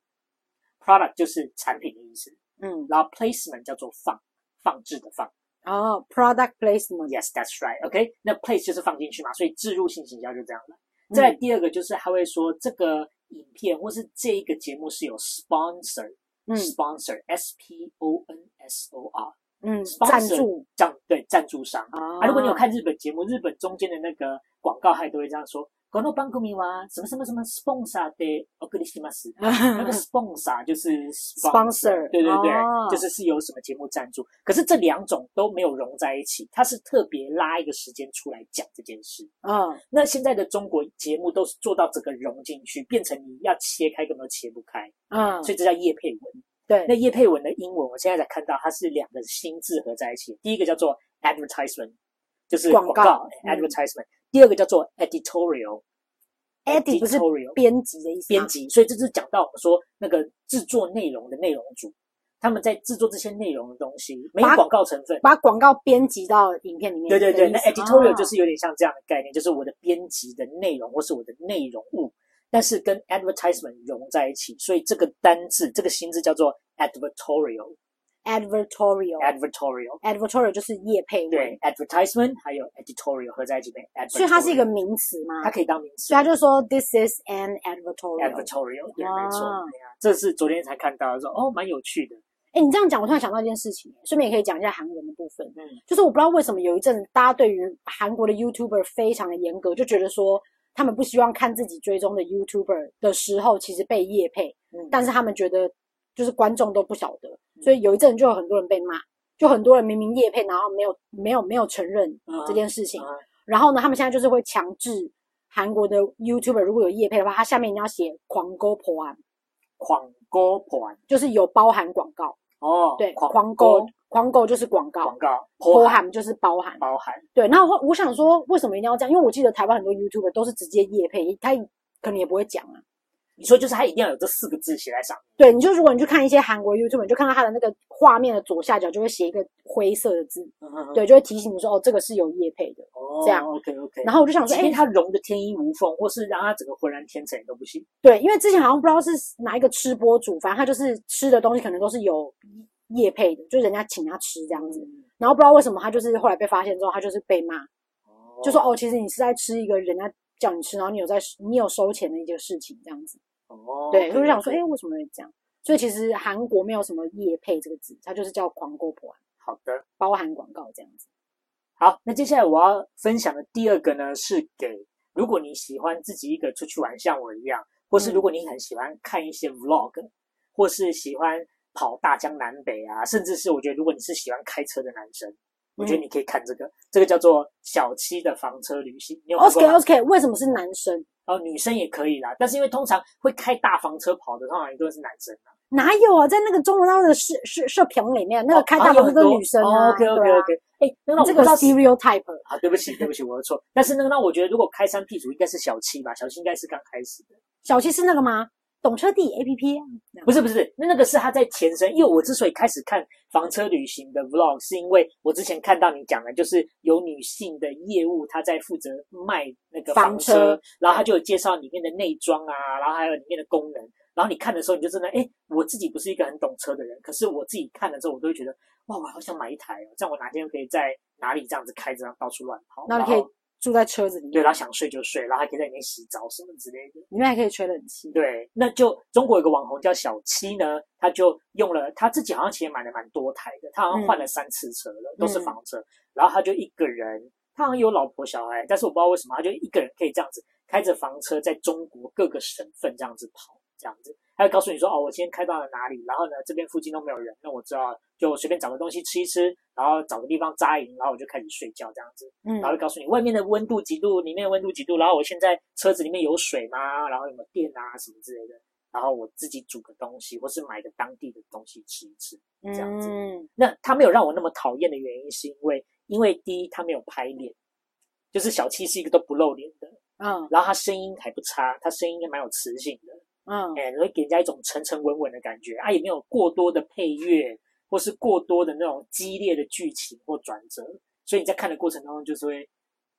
S4: ，product 就是产品的意思，
S5: 嗯，
S4: 然后 placement 叫做放，放置的放。
S5: 哦，product placement，
S4: Yes, that's right. OK，那 place 就是放进去嘛，所以置入性行销就这样了。再
S5: 嗯
S4: 来第二个就是他会说这个影片或是这一个节目是有 sponsor，sponsor、
S5: 嗯
S4: S P O N S O R
S5: 嗯，赞
S4: sponsor
S5: 助
S4: 这样对赞助商。
S5: 啊
S4: 啊，如果你有看日本节目，日本中间的那个广告，还都会这样说。この番組は什么什么什么 sponsor でお送りし ます。那个 sponsor 就是
S5: Sponsor，
S4: 对对对，
S5: 哦
S4: 就是是由什么节目赞助。可是这两种都没有融在一起，它是特别拉一个时间出来讲这件事。
S5: 嗯
S4: 那现在的中国节目都是做到整个融进去，变成你要切开根本都切不开，
S5: 嗯，
S4: 所以这叫叶配文。
S5: 对
S4: 那，叶配文的英文，我现在才看到，它是两个新字合在一起，第一个叫做 advertisement，就是
S5: 广
S4: 告
S5: 告嗯
S4: advertisement，、第二个叫做 editorial。
S5: Edit 不是
S4: editorial
S5: 编辑的意思吗，
S4: 编辑，所以这就是讲到我们说那个制作内容的内容组，他们在制作这些内容的东西，没有
S5: 把
S4: 广告成分。
S5: 把广告编辑到影片里面。
S4: 对对对，
S5: 的
S4: 那
S5: 意思
S4: editorial
S5: 哦
S4: 就是有点像这样的概念，就是我的编辑的内容或是我的内容物，但是跟 advertisement 融在一起，所以这个单字这个新字叫做 advertorial。
S5: 啊 advertorial。
S4: advertorial
S5: advertorial 就是业配
S4: 对
S5: 文，
S4: advertisement 还有 editorial 合在一起变 advertorial，
S5: 所以它是一个，名词嘛
S4: 它，可以当名词
S5: 所以。他就说 this is an advertorial。
S4: advertorial 对，没错，
S5: 啊
S4: 对啊，这是昨天才看到的，说哦，蛮有趣的，
S5: 哎，你这样讲，我突然想到一件事情，顺便也可以讲一下韩文的部分。
S4: 嗯
S5: 就是我不知道为什么有一阵子大家对于韩国的 YouTuber 非常的严格，就觉得说他们不希望看自己追踪的 YouTuber 的时候，其实被业配，
S4: 嗯
S5: 但是他们觉得就是观众都不晓得，所以有一阵就有很多人被骂，就很多人明明业配，然后没有没有没有承认
S4: 嗯
S5: 这件事情
S4: 嗯，
S5: 然后呢，他们现在就是会强制韩国的 YouTuber 如果有业配的话，它下面一定要写狂勾破案，
S4: 狂勾盘
S5: 就是有包含广告，
S4: 哦，
S5: 对，
S4: 狂
S5: 狂勾狂勾就是广告
S4: 广，告，
S5: 破
S4: 含
S5: 案就是包含。
S4: 包含，
S5: 对，那我我想说，为什么一定要这样？因为我记得台湾很多 YouTuber 都是直接夜配，他可能也不会讲啊。
S4: 你说就是它一定要有这四个字写在上面，
S5: 对，你就如果你去看一些韩国 YouTuber，你就看到他的那个画面的左下角就会写一个灰色的字，
S4: 嗯，
S5: 对，就会提醒你说哦，这个是有夜配的。
S4: 哦
S5: 这样
S4: ，OK OK。
S5: 然后我就想说，
S4: 即
S5: 哎
S4: 便，它融的天衣无缝，或是让它整个浑然天成也都不行。
S5: 对，因为之前好像不知道是哪一个吃播主，反正他就是吃的东西可能都是有夜配的，就是人家请他吃这样子。然后不知道为什么他就是后来被发现之后，他就是被骂，就说哦，其实你是在吃一个人家叫你吃，然后你有在你有收钱的一件事情这样子。
S4: 哦，
S5: 对，就是想说，哎、
S4: 哎，
S5: 为什么会这样？所以其实韩国没有什么“夜配”这个字，它就是叫“广告婆
S4: 好的。”，
S5: 包含广告这样子。
S4: 好，那接下来我要分享的第二个呢，是给如果你喜欢自己一个出去玩，像我一样，或
S5: 嗯
S4: 是如果你很喜欢看一些 vlog，、或是喜欢跑大江南北啊，甚至是我觉得如果你是喜欢开车的男生，我
S5: 嗯
S4: 觉得你可以看这个，这个叫做小七的房车旅行。你有看过
S5: OK
S4: 吗？
S5: OK，为什哦么是哦男生？
S4: 然后女生也可以啦，但是因为通常会开大房车跑的，通常一个是男生啊。
S5: 哪有啊？在那个中国大陆的社社社评里面，那个
S4: 哦
S5: 开
S4: 啊
S5: 大
S4: 有
S5: 门
S4: 很
S5: 都是
S4: 多
S5: 女生
S4: 哦
S5: 啊。
S4: OK OK
S5: 对啊
S4: OK，哎、那那我
S5: 这
S4: 不
S5: 个
S4: 知道
S5: stereotype
S4: 啊，对不起，对不起，我的错。但是那个，那我觉得如果开山辟祖，应该是小七吧，小七应该是刚开始的，
S5: 小七是那个吗？懂车帝 APP
S4: 不是不是，那那个是他在前身。因为我之所以开始看房车旅行的 vlog，是因为我之前看到你讲的，就是有女性的业务，她在负责卖那个
S5: 房
S4: 房
S5: 车
S4: 然后她就有介绍里面的内装啊，然后还有里面的功能。然后你看的时候，你就真的，哎，我自己不是一个很懂车的人，可是我自己看了之后，我都会觉得，哇，我好想买一台哦，这样我哪天可以在哪里这样子开着，然后到处乱跑，
S5: 那你
S4: 然
S5: 可以
S4: 后
S5: 住在车子里面，
S4: 对，然后想睡就睡，然后还可以在里面洗澡什么之类的。
S5: 里面还可以吹冷气。
S4: 对，那就中国有个网红叫小七呢，他就用了他自己好像其实买了蛮多台的，他好像换了三次车了，都是
S5: 嗯
S4: 房车，然后他就一个人，他好像有老婆小孩，但是我不知道为什么他就一个人可以这样子开着房车在中国各个省份这样子跑，这样子。他就告诉你说，哦，我今天开到了哪里，然后呢，这边附近都没有人，那我知道就随便找个东西吃一吃，然后找个地方扎营，然后我就开始睡觉这样子。
S5: 嗯
S4: 然后会告诉你外面的温度几度，里面的温度几度，然后我现在车子里面有水吗？然后有没有电啊什么之类的，然后我自己煮个东西，或是买个当地的东西吃一吃。这样子
S5: 嗯
S4: 那他没有让我那么讨厌的原因，是因为因为第一他没有拍脸，就是小七是一个都不露脸的，
S5: 嗯
S4: 然后他声音还不差，他声音也蛮有磁性的，
S5: 嗯
S4: 哎、会给人家一种沉沉稳稳的感觉啊，也没有过多的配乐或是过多的那种激烈的剧情或转折，所以你在看的过程当中就是会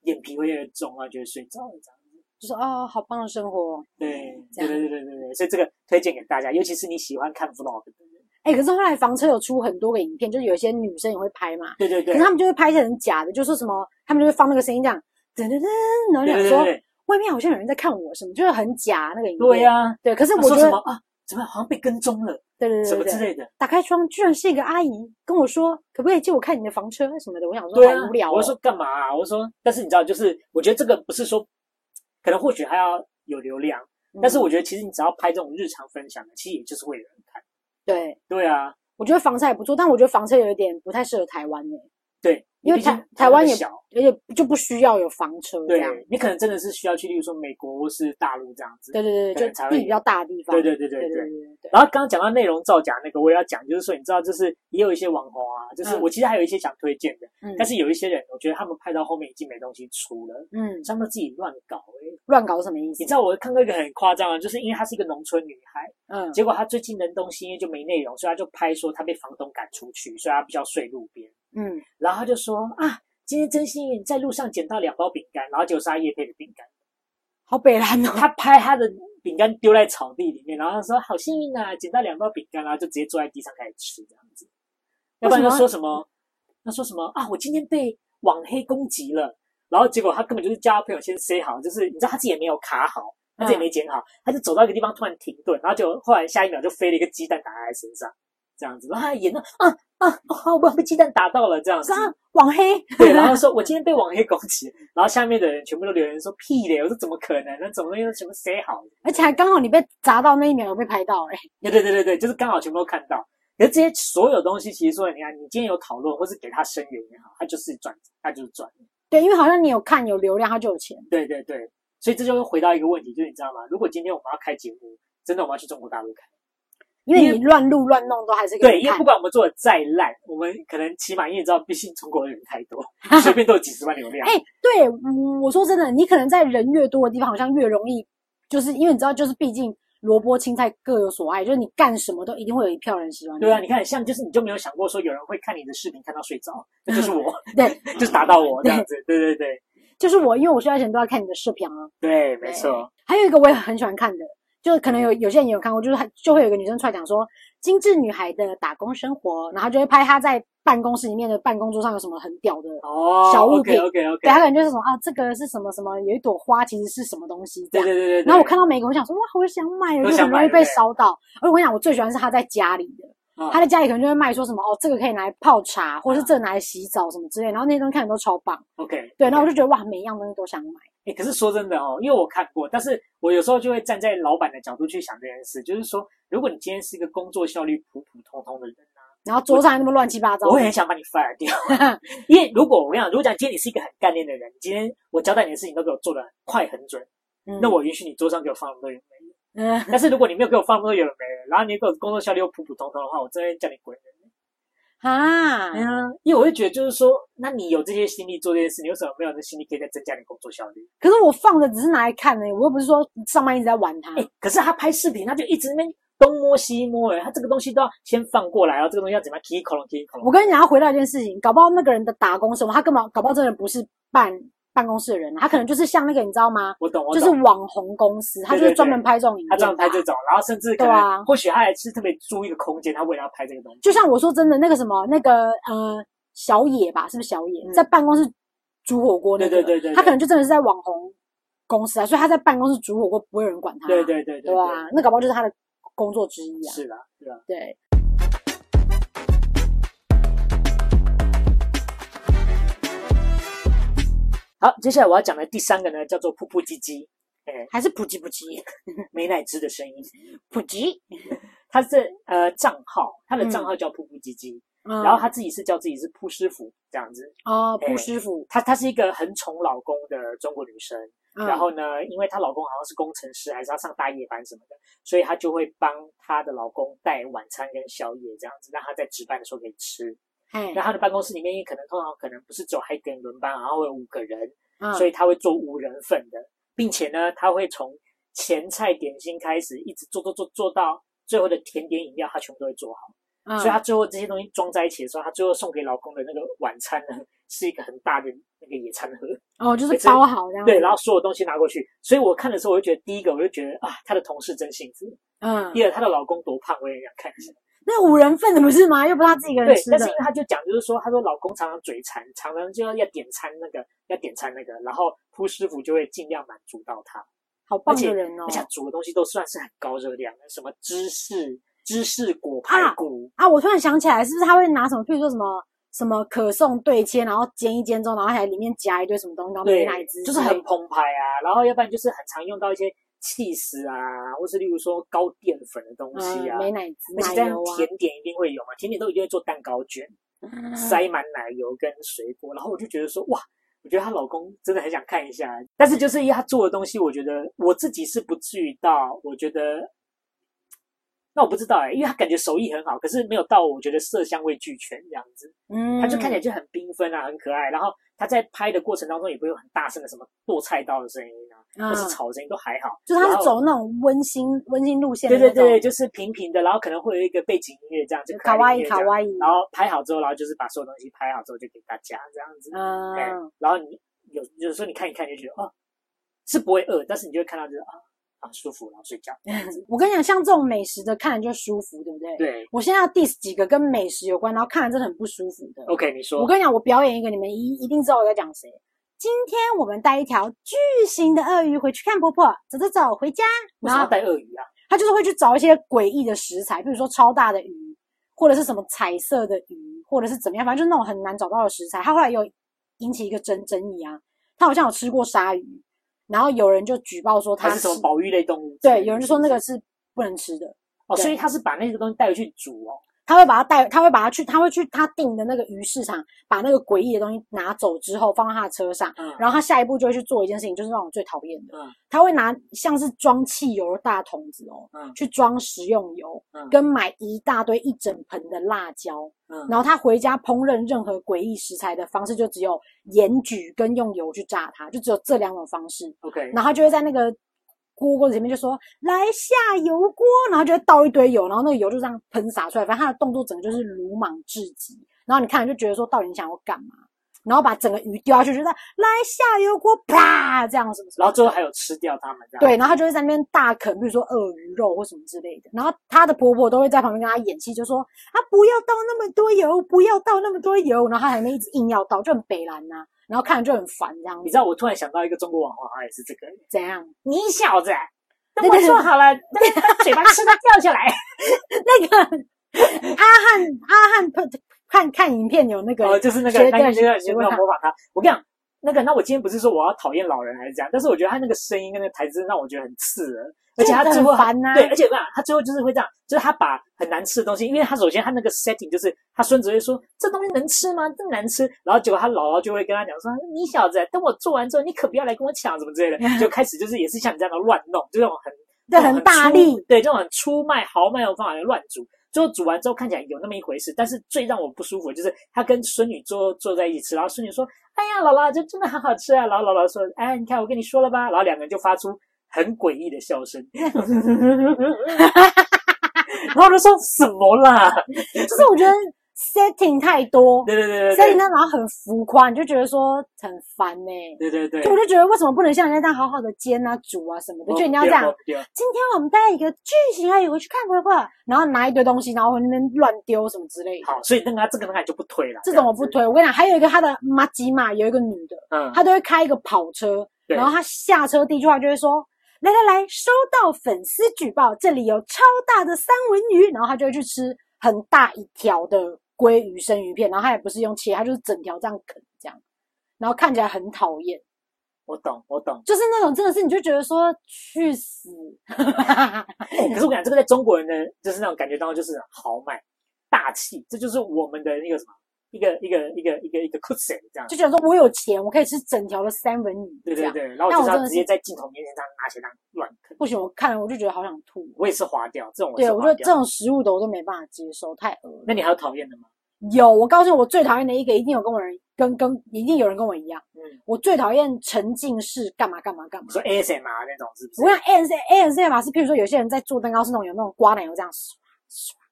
S4: 眼皮会越来越重啊，就会睡着了这样。
S5: 就是哦，好棒的生活哦。
S4: 对，对
S5: 这
S4: 对
S5: 样
S4: 对对对对，所以这个推荐给大家，尤其是你喜欢看 vlog 的人。
S5: 哎、可是后来房车有出很多个影片，就是有一些女生也会拍嘛，
S4: 对对
S5: 可
S4: 对，
S5: 是他们就会拍一些很假的，就说什么，他们就会放那个声音这样，噔噔噔，然后
S4: 对
S5: 想
S4: 对
S5: 说
S4: 对对
S5: 外面好像有人在看我什么，就是很假那个影片。
S4: 对、呀，
S5: 对。可是
S4: 他
S5: 我觉
S4: 说什
S5: 得
S4: 么，啊？怎么好像被跟踪了，
S5: 对对
S4: 什
S5: 对
S4: 么
S5: 对
S4: 之
S5: 对，
S4: 类的？
S5: 打开窗居然是一个阿姨跟我说，可不可以借我看你的房车什么的？我想
S4: 对
S5: 说
S4: 啊
S5: 好无聊、哦。
S4: 我说干嘛啊？我说，但是你知道，就是我觉得这个不是说，可能或许还要有流量，
S5: 嗯，
S4: 但是我觉得其实你只要拍这种日常分享的，其实也就是会有人看。
S5: 对，
S4: 对啊，
S5: 我觉得房车还不错，但我觉得房车有一点不太适合台湾呢、
S4: 对，
S5: 因为
S4: 毕竟
S5: 台台湾也
S4: 小，
S5: 而且就不需要有房车这
S4: 对
S5: 样。
S4: 你可能真的是需要去，例如说美国或是大陆这样子。
S5: 对对对
S4: 可能
S5: 对，
S4: 才
S5: 就
S4: 会
S5: 地比较大的地方。
S4: 对对对
S5: 对
S4: 对对。
S5: 对对。
S4: 然后刚刚讲到内容造假那个，我也要讲，就是说你知道，就是也有一些网红啊，就是
S5: 嗯
S4: 我其实还有一些想推荐的，
S5: 嗯
S4: 但是有一些人，我觉得他们拍到后面已经没东西出了，
S5: 嗯，
S4: 他们自己乱搞、欸。
S5: 乱搞什么意思
S4: 你？知道我看过一个很夸张的，就是因为她是一个农村女孩，
S5: 嗯
S4: 结果她最近扔东西，因为就没内容，所以她就拍说她被房东赶出去，所以她比较睡路边。
S5: 嗯，
S4: 然后他就说啊，今天真幸运，在路上捡到两包饼干，然后就是他叶配的饼干，
S5: 好北蓝哦。
S4: 他拍他的饼干丢在草地里面，然后他说好幸运啊，捡到两包饼干，然后就直接坐在地上开始吃这样子，要不然他说什么？他说什么啊？我今天被网黑攻击了，然后结果他根本就是叫他朋友先塞好，就是你知道他自己也没有卡好，他嗯自己没剪好，他就走到一个地方突然停顿，然后就后来下一秒就飞了一个鸡蛋打在他身上，这样子，然后他演到啊啊，哦，我被鸡蛋打到了这样子，
S5: 啊，网黑，
S4: 对，然后说我今天被网黑攻击，然后下面的人全部都留言说屁嘞，我说怎么可能？那种东西都全部塞好了，
S5: 而且还刚好你被砸到那一秒有被拍到、欸，哎，
S4: 对对对对对，就是刚好全部都看到。可是这些所有东西，其实说你看，你今天有讨论或是给他声援也好，他就是转，他就是转。
S5: 对，因为好像你有看有流量，他就有钱，
S4: 对对对，所以这就会回到一个问题，就是你知道吗？如果今天我们要开节目，真的我们要去中国大陆开，
S5: 因为
S4: 因为
S5: 你乱录乱弄都还是可
S4: 对，
S5: 以
S4: 因为
S5: 看
S4: 不。管我们做的再烂，我们可能起码因为你知道，毕竟中国人太多，随便都有几十万流量。
S5: 哎、对，嗯我说真的，你可能在人越多的地方，好像越容易，就是因为你知道，就是毕竟萝卜青菜各有所爱，就是你干什么都一定会有一票人喜欢你。
S4: 对啊，你看，像就是你就没有想过说有人会看你的视频看到睡着，那就是我，
S5: 对，
S4: 就是打到我这样子。对对对
S5: 就是我，因为我睡觉前都要看你的视频啊。
S4: 对，没错。
S5: 还有一个我也很喜欢看的，就是可能有有些人也有看过，就是她就会有一个女生出来讲说精致女孩的打工生活，然后就会拍她在办公室里面的办公桌上有什么很屌的，
S4: 哦，
S5: 小物
S4: OK
S5: 品
S4: OK
S5: 对，她
S4: OK。
S5: 可能就是什么啊，这个是什么什么，有一朵花其实是什么东西
S4: 对
S5: 这样。
S4: 对对对。对
S5: 然后我看到每个，我想说哇，好想买哦，
S4: 都
S5: 就
S4: 想
S5: 很容易
S4: 买对
S5: 被
S4: 不对
S5: 烧到。而我跟你讲，我最喜欢是她在家里的。
S4: 嗯
S5: 她在家里可能就会卖说什么哦，这个可以拿来泡茶，或者是这个拿来洗澡什么之类的，然后那些东西看着都超棒，
S4: OK，
S5: 对，然后我就觉得哇，每一样东西都想买。
S4: 哎、可是说真的哦，因为我看过，但是我有时候就会站在老板的角度去想这件事，就是说，如果你今天是一个工作效率普普通通的人啊，
S5: 然后桌上还那么乱七八糟的，
S4: 我会很想把你 fire 掉。 因为如果我跟你讲，如果讲今天你是一个很干练的人，今天我交代你的事情都给我做的快很准，
S5: 嗯
S4: 那我允许你桌上给我放那么多有的没的。
S5: 嗯，
S4: 但是如果你没有给我放那么多有的没的，然后你给我工作效率又普普通通的话，我真的会叫你滚人。
S5: 啊，
S4: 对啊，因为我会觉得就是说，那你有这些心力做这些事，你为什么没有这心力可以再增加你工作效率？
S5: 可是我放的只是拿来看的，我又不是说上班一直在玩它。
S4: 哎、可是他拍视频，他就一直那边东摸西摸、哎，他这个东西都要先放过来，然后这个东西要怎么样 key 口龙 key 口
S5: 我
S4: 龙。
S5: 跟你讲，要回到一件事情，搞不好那个人的打工生活，他根本搞不好真的不是办办公室的人，他可能就是像那个你知道吗？
S4: 我懂，我
S5: 就
S4: 懂。
S5: 是网红公司，他就
S4: 对
S5: 是
S4: 对
S5: 专门拍这种影
S4: 他
S5: 片的
S4: 专门
S5: 啊。
S4: 拍这种，然后甚至可能、
S5: 对啊
S4: 或许他还是特别租一个空间，他为了要拍这个东西。
S5: 就像我说真的，那个什么那个呃小野吧，是不是小野、
S4: 嗯
S5: 在办公室煮火锅那个？
S4: 对对对对对
S5: 他可能就真的是在网红公司啊，所以他在办公室煮火锅不会有人管他。
S4: 对对对
S5: 对吧？那搞不好就是他的工作之一啊。
S4: 是啦，对啊。
S5: 对。
S4: 好，接下来我要讲的第三个呢，叫做噗噗唧唧，哎
S5: 还是普及 普及
S4: 美乃滋的声音。
S5: 普及，
S4: 他是呃账号，他的账号叫噗噗唧唧，
S5: 嗯
S4: 然后他自己是叫自己是噗师傅这样子。
S5: 哦，
S4: 哎
S5: 朴师傅，
S4: 她她是一个很宠老公的中国女生，
S5: 嗯
S4: 然后呢，因为她老公好像是工程师，还是要上大夜班什么的，所以她就会帮她的老公带晚餐跟宵夜这样子，让他在值班的时候可以吃。
S5: 嘿
S4: 那，她的办公室里面，因为可能通常可能不是只有 Hi 跟轮班，然后会有五个人，
S5: 嗯
S4: 所以她会做五人份的，并且呢，她会从前菜点心开始，一直做做做做到最后的甜点饮料，她全部都会做好。
S5: 嗯
S4: 所以她最后这些东西装在一起的时候，她最后送给老公的那个晚餐呢，是一个很大的那个野餐盒。
S5: 哦，就
S4: 每
S5: 是
S4: 次
S5: 包好这样，
S4: 对，，然后所有东西拿过去，所以我看的时候，我就觉得第一个，我就觉得啊，她的同事真幸福；
S5: 嗯，
S4: 第二，她的老公多胖，我也想看 一下。
S5: 那五人份的不是吗？又不是他自己一个
S4: 对
S5: 人吃，
S4: 但是因
S5: 的
S4: 为，她就讲，就是说，她说老公常常嘴馋，常常就要要点餐那个，要点餐那个，然后扑师傅就会尽量满足到她，
S5: 好棒的人哦
S4: 而且她煮的东西都算是很高热量的，什么芝士、芝士果
S5: 啊
S4: 排骨，
S5: 啊！我突然想起来，是不是他会拿什么，譬如说什么什么可颂对切，然后煎一煎之后，然后还里面夹一堆什么东西，然后
S4: 对
S5: 美乃滋，
S4: 就是很澎湃啊，然后要不然就是很常用到一些气司啊，或是例如说高淀粉的东西
S5: 嗯
S4: 啊。
S5: 美乃滋
S4: 而且
S5: 奶
S4: 这样
S5: 油啊，
S4: 甜点一定会有嘛，甜点都一定会做蛋糕卷，
S5: 嗯
S4: 塞满奶油跟水果，然后我就觉得说哇，我觉得她老公真的很想看一下，但是就是因为她做的东西，我觉得我自己是不至于到，我觉得那我不知道哎、因为她感觉手艺很好，可是没有到我觉得色香味俱全这样子，
S5: 嗯
S4: 她就看起来就很缤纷啊，很可爱，然后她在拍的过程当中也不会有很大声的什么剁菜刀的声音啊，或是
S5: 嗯
S4: 吵的声音都还好，
S5: 就是他
S4: 然
S5: 是
S4: 后
S5: 走那种温馨温馨路线的
S4: 对
S5: 那
S4: 对
S5: 种，
S4: 对，就是平平的，然后可能会有一个背景音乐这样，就
S5: 卡哇伊
S4: 可爱的音乐这
S5: 卡
S4: 样
S5: 哇伊，
S4: 然后拍好之后，然后就是把所有东西拍好之后就给大家这样子。哎、
S5: 嗯。
S4: 然后你有有时候你看一看就觉得哦，是不会饿，但是你就会看到就是啊啊舒服，然后睡觉。
S5: 我跟你讲，像这种美食的看着就舒服，对不对？。
S4: 对
S5: 我现在要 diss 几个跟美食有关，然后看着真的很不舒服的。
S4: ，OK，你说
S5: 我跟你讲，我表演一个，你们一一定知道我在讲谁。今天我们带一条巨型的鳄鱼回去看婆婆，走走走，回家。
S4: 为什
S5: 然
S4: 么要
S5: 后
S4: 带鳄鱼啊？
S5: 他就是会去找一些诡异的食材，比如说超大的鱼，或者是什么彩色的鱼，或者是怎么样，反正就是那种很难找到的食材。他后来有引起一个争争议啊，他好像有吃过鲨鱼，然后有人就举报说
S4: 它
S5: 他
S4: 是什么保育类动物？
S5: 对，有人就说那个是不能吃的。
S4: 哦，
S5: 对
S4: 所以他是把那个东西带回去煮哦。
S5: 他会把它带，他会把它去，他会去他订的那个鱼市场，把那个诡异的东西拿走之后，放到他的车上，
S4: 嗯
S5: 然后他下一步就会去做一件事情，就是让我最讨厌的，
S4: 嗯
S5: 他会拿像是装汽油的大桶子哦，
S4: 嗯
S5: 去装食用油，
S4: 嗯
S5: 跟买一大堆一整盆的辣椒，
S4: 嗯
S5: 然后他回家烹饪任何诡异食材的方式就只有盐焗跟用油去炸它，就只有这两种方式，
S4: ，OK，
S5: 然后他就会在那个锅锅子里面就说来下油锅，然后就会倒一堆油，然后那个油就这样喷洒出来，反正他的动作整个就是鲁莽至极。然后你看就觉得说到底你想要干嘛？然后把整个鱼丢下去，就是来下油锅，啪这样什么什么。
S4: 然后最后还有吃掉它们这样。
S5: 对，然后他就会在那边大啃，比如说鳄鱼肉或什么之类的。然后她的婆婆都会在旁边跟她演戏，就说啊，不要倒那么多油，不要倒那么多油。然后她还没一直硬要倒，就很北蓝呐、然后看着就很烦这样
S4: 你
S5: 子。
S4: 知道我突然想到一个中国网红，好像也是这个，
S5: 怎样？
S4: 你小子，等我做好了，那个把嘴巴吃到掉下来。
S5: 那个阿汉阿汉看看看影片有那个
S4: 哦，就是那个那
S5: 学
S4: 个
S5: 对
S4: 那个
S5: 学
S4: 那
S5: 问
S4: 个模仿他。我跟你讲，那个那我今天不是说我要讨厌老人还是这样，但是我觉得他那个声音跟那个台词让我觉得很刺耳，而且他
S5: 真的
S4: 最
S5: 很
S4: 后
S5: 烦呐
S4: 对，而且我跟你讲，他最后就是会这样，就是他把很难吃的东西，因为他首先他那个 setting 就是他孙子会说这东西能吃吗？这难吃，然后结果他姥姥就会跟他讲说你小子，等我做完之后，你可不要来跟我抢什么之类的，就开始就是也是像你这样的乱弄，就那种哦很
S5: 对
S4: 这种
S5: 很大
S4: 粗
S5: 力，
S4: 对这种很出卖豪迈的方法来乱煮。最后煮完之后看起来有那么一回事，但是最让我不舒服的就是他跟孙女坐坐在一起吃，然后孙女说：“哎呀，姥姥，这真的好好吃啊！”然后姥姥说：“哎，你看我跟你说了吧。”然后两个人就发出很诡异的笑声，然后我就说什么啦？
S5: 就是我觉得 setting 太多
S4: 对对对对
S5: ，setting
S4: 对
S5: 那然后很浮夸，你就觉得说很烦呢、
S4: 对对对
S5: 就我就觉得为什么不能像人家这样好好的煎啊、煮啊什么的？就你要这样，
S4: 哦对对
S5: 今天我们带一个巨型的鱼回去看会不会？然后拿一堆东西，然后那边乱丢什么之类的。
S4: 好，所以那个这个那个就不推了。
S5: 这种我不
S4: 样子，
S5: 推。我跟你讲，还有一个他的妈吉玛有一个女的，
S4: 嗯，
S5: 她都会开一个跑车，
S4: 对
S5: 然后她下车第一句话就会说：“来来来，收到粉丝举报，这里有超大的三文鱼。”然后她就会去吃很大一条的鲑鱼生鱼片，然后她也不是用切，她就是整条这样啃这样，然后看起来很讨厌，
S4: 我懂我懂。
S5: 就是那种真的是你就觉得说去死，
S4: 哎可是我讲这个在中国人的就是那种感觉当中就是豪迈、大气，这就是我们的那个什么一个一个一个一个一个 c u s i n 这样。
S5: 就觉得说我有钱，我可以吃整条的三文鱼
S4: 对
S5: 这
S4: 对
S5: 样。
S4: 对，然后
S5: 但
S4: 我就
S5: 我
S4: 是要
S5: 真的
S4: 直
S5: 是
S4: 接在镜头面前这样拿起来这样乱啃，
S5: 不行，我看了我就觉得好想吐。
S4: 我也是划掉这种我也
S5: 对，
S4: 是
S5: 我
S4: 划
S5: 觉得
S4: 掉。
S5: 这种食物的我都没办法接受，太恶了。
S4: 那你还有讨厌的吗？
S5: 有，我告诉你，我最讨厌的一个一定有跟我人跟跟一定有人跟我一样，
S4: 嗯，
S5: 我最讨厌沉浸式干嘛干嘛干嘛
S4: 你。说 ASMR 那种是不是
S5: 我？想 A S A S M 是，譬如说有些人在做蛋糕是那种有那种刮奶油这样唰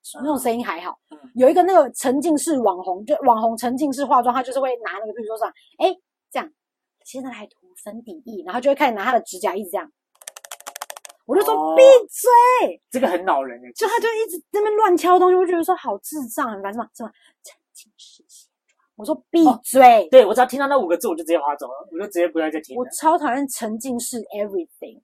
S5: 唰唰那种声音还好
S4: 嗯。
S5: 有一个那个沉浸式网红，就网红沉浸式化妆，他就是会拿那个，譬如说上，哎、这样，现在来涂粉底液，然后就会开始拿他的指甲一直这样，我就说
S4: 哦
S5: 闭嘴。
S4: 这个很恼人的，
S5: 就他就一直在那边乱敲东西，我就觉得说好智障，很烦，是吧？是吧？沉浸式卸妆，我说闭
S4: 哦
S5: 嘴，
S4: 对我只要听到那五个字我就直接划走了，我就直接不要再听
S5: 我
S4: 了。
S5: 超讨厌沉浸式 everything。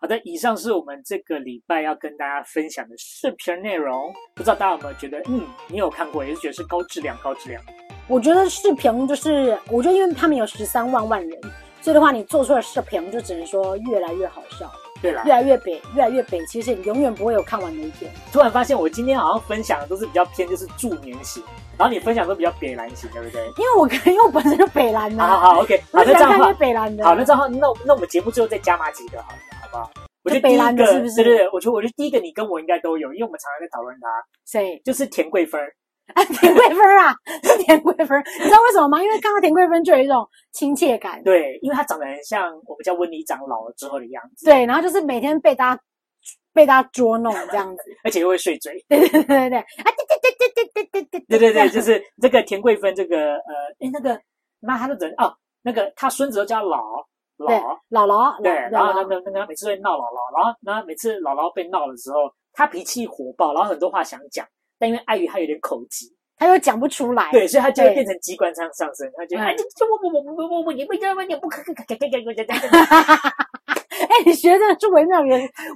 S4: 好的，以上是我们这个礼拜要跟大家分享的视频内容。不知道大家有没有觉得，嗯，你有看过，也是觉得是高质量，高质量。
S5: 我觉得视频就是，我觉得因为他们有十三万万人，所以的话，你做出的视频就只能说越来越好笑，
S4: 对啦，
S5: 越来越北，越来越北。其实你永远不会有看完的一天。
S4: 突然发现我今天好像分享的都是比较偏就是助眠型，然后你分享都比较北蓝型，对不对？
S5: 因为我因为我本身就北蓝的、
S4: 好好好，OK，好，
S5: 嗯 我
S4: 那
S5: 喜
S4: 这样的
S5: 欢看越
S4: 话，
S5: 北蓝的。
S4: 好，那这样的话，那我那我们节目最后再加码几个好了，好不好？我觉得
S5: 就
S4: 第
S5: 北
S4: 一
S5: 蓝
S4: 个
S5: 的，是不是
S4: 对对对，我觉得我觉得第一个你跟我应该都有，因为我们常常在讨论它，
S5: 谁？
S4: 就是田桂芬儿。
S5: 啊，田桂芬啊， 是田桂芬。你知道为什么吗？因为看到田桂芬就有一种亲切感。
S4: 对，因为她长得很像我们叫温妮长老了之后的样子，
S5: 对，然后就是每天被大家被大家捉弄这样子，
S4: 而且又会睡嘴。
S5: 对对对对，啊对对对对对对对
S4: 对对对，
S5: 这
S4: 就
S5: 样
S4: 是这个田桂芬这个呃，哎那个妈她的人哦，那个她孙子都叫老
S5: 对
S4: 老，
S5: 姥姥，
S4: 对，
S5: 姥
S4: 然后那
S5: 姥
S4: 个那个他每次会闹姥姥，然后然后每次姥姥被闹的时候，他脾气火爆，然后很多话想讲，但因为碍于他有点口疾，
S5: 他又讲不出来，
S4: 对，所以他就会
S5: 哎对
S4: 变成机关枪上身，他就
S5: 嗯
S4: 哎，这这我我我我我我你们你们你不可可可可可可可，
S5: 哎，你学的是惟妙惟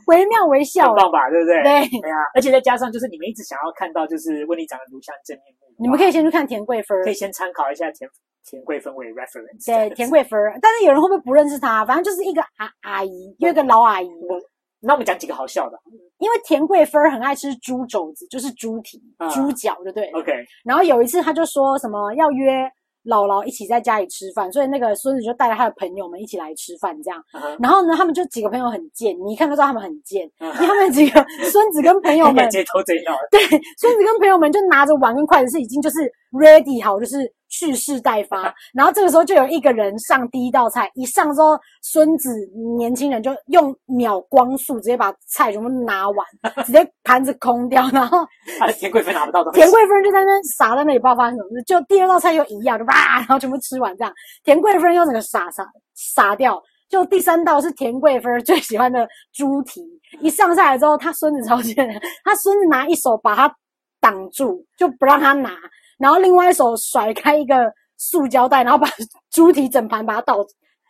S5: 惟妙惟肖
S4: 很，棒吧，对不对？
S5: 对。
S4: 对啊，而且再加上就是你们一直想要看到就是温丽长的如像真面目，
S5: 你们可以先去看田桂芬儿
S4: 可以，先参考一下田田桂芬为 reference。
S5: 对田。桂芬儿，但是有人会不会不认识她？反正就是一个阿阿姨，有一个老阿姨。
S4: 嗯那我们讲几个好笑的
S5: 因为田桂芬儿很爱吃猪肘子，就是猪蹄、
S4: 啊
S5: 猪脚，对不对？
S4: ，OK？
S5: 然后有一次他就说什么要约姥姥一起在家里吃饭，所以那个孙子就带着他的朋友们一起来吃饭，这样。
S4: 嗯哼
S5: 然后呢，他们就几个朋友很贱，你一看就知道他们很贱，
S4: 嗯
S5: 因为他们几个孙子跟朋友们
S4: 直，接偷贼脑，
S5: 对，孙子跟朋友们就拿着碗跟筷子是已经就是 ready 好，就是蓄势待
S4: 嗯
S5: 发。然后这个时候就有一个人上第一道菜，一上之后，孙子年轻人就用秒光速直接把菜全部拿完， 直接盘子空掉，然后
S4: 啊田桂芬拿不到东西
S5: 田。贵夫人就在那边傻在那里，不知道发生什么事。就第二道菜又一样，就哇，然后全部吃完这样。田贵夫人又整个傻傻傻掉。就第三道是田贵夫人最喜欢的猪蹄，一上下来之后，她孙子 超贱的，她孙子拿一手把她挡住，就不让她拿，然后另外一手甩开一个塑胶袋，然后把猪蹄整盘把它倒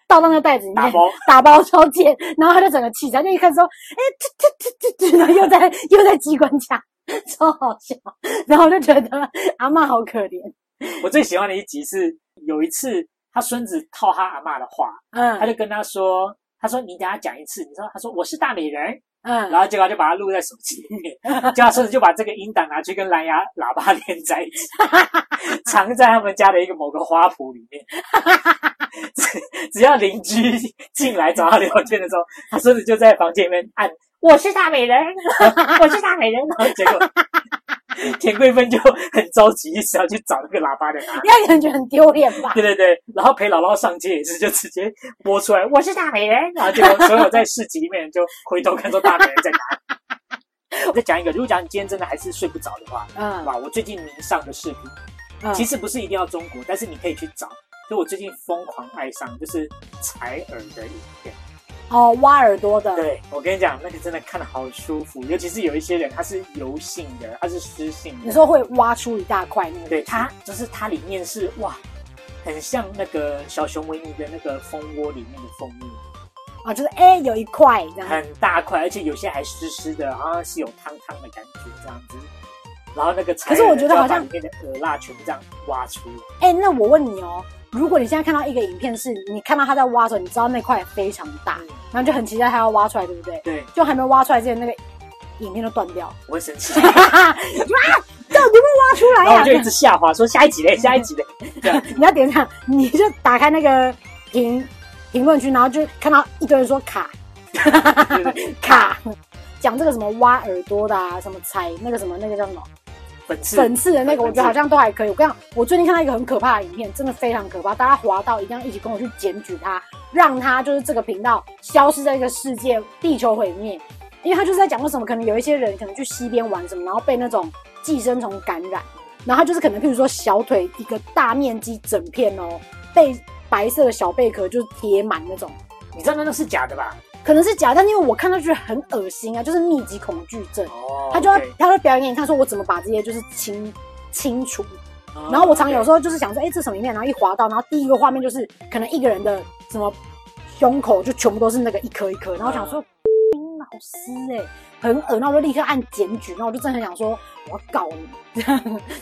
S5: 倒到那个袋子里面，
S4: 打包
S5: 打包超贱，然后他就整个气炸，就一看说，哎、这这这这这，然后又在又在机关枪，超好笑。然后我就觉得阿嬷好可怜，
S4: 我最喜欢的一集是有一次他孙子套他阿嬷的话，他
S5: 嗯
S4: 就跟他说：“他说你等下讲一次。”你知道他说：“我是大美人。”
S5: 嗯，
S4: 然后结果他就把它录在手机里面，结果他孙子就把这个音档拿去跟蓝牙喇叭连在一起，藏在他们家的一个某个花圃里面。 只只要邻居进来找他聊天的时候，他孙子就在房间里面按“我是大美 人，我是大美人”，然后结果 田桂芬就很着急，一直要去找那个喇叭的拿。
S5: 那个人觉得很丢脸吧？
S4: 对对对，然后陪姥姥上街也是，就直接播出来，我是大美人，然后结果所有在市集里面的人就回头看说大美人在哪 里。我再讲一个，如果讲你今天真的还是睡不着的话，
S5: 嗯
S4: 哇，我最近迷上的视频，
S5: 嗯，
S4: 其实不是一定要中国，但是你可以去找。就我最近疯狂爱上就是采耳的影片，
S5: 哦，挖耳朵的，
S4: 对我跟你讲，那个真的看的好舒服，尤其是有一些人他是油性的，他是湿性的，
S5: 你说会挖出一大块那个，
S4: 对，它就是它里面是哇，很像那个小熊维尼的那个蜂窝里面的蜂蜜，
S5: 啊，就是哎、有一块这样，
S4: 很大块，而且有些还湿湿的，好像是有汤汤的感觉这样子。然后那个柴
S5: 可是我
S4: 人
S5: 觉得
S4: 就要
S5: 好像
S4: 把里面的鹅蜡全部这样挖出，
S5: 哎、那我问你哦，如果你现在看到一个影片是你看到他在挖的时候，你知道那块非常大，
S4: 嗯
S5: 然后就很期待他要挖出来，对不对？
S4: 对，
S5: 就还没挖出来之前，那个影片就断掉，
S4: 我会生气。
S5: 哈哈，哇，到底有没有挖出
S4: 然
S5: 来
S4: 后
S5: 哎呀、
S4: 我就一直下滑，说下一集嘞，下一集嘞。
S5: 你要点上，你就打开那个评评论区，然后就看到一堆人说卡
S4: 对对对
S5: 卡，讲这个什么挖耳朵的啊，什么踩那个什么那个叫什么
S4: 粉刺，
S5: 粉刺的那个，我觉得好
S4: 粉刺
S5: 像都还可以。我跟你讲，我最近看到一个很可怕的影片，真的非常可怕，大家滑到一定要一起跟我去检举它，让它就是这个频道消失在这个世界，地球毁灭。因为他就是在讲为什么可能有一些人可能去溪边玩什么，然后被那种寄生虫感染，然后他就是可能譬如说小腿一个大面积整片哦，被白色的小贝壳就是贴满那种，
S4: 你知道那那是假的吧？
S5: 可能是假的，但因为我看到觉得很恶心啊，就是密集恐惧症。
S4: 哦
S5: 他就要他会表演给你看，说我怎么把这些就是清清除。然后我常有时
S4: 候
S5: 候就是想说，哎，这什么影片？然后一滑到，然后第一个画面就是可能一个人的什么胸口就全部都是那个一颗一颗，然后我
S4: 嗯
S5: 想说，老师哎、很恶，那我就立刻按检举，然后我就真的很想说我要告你，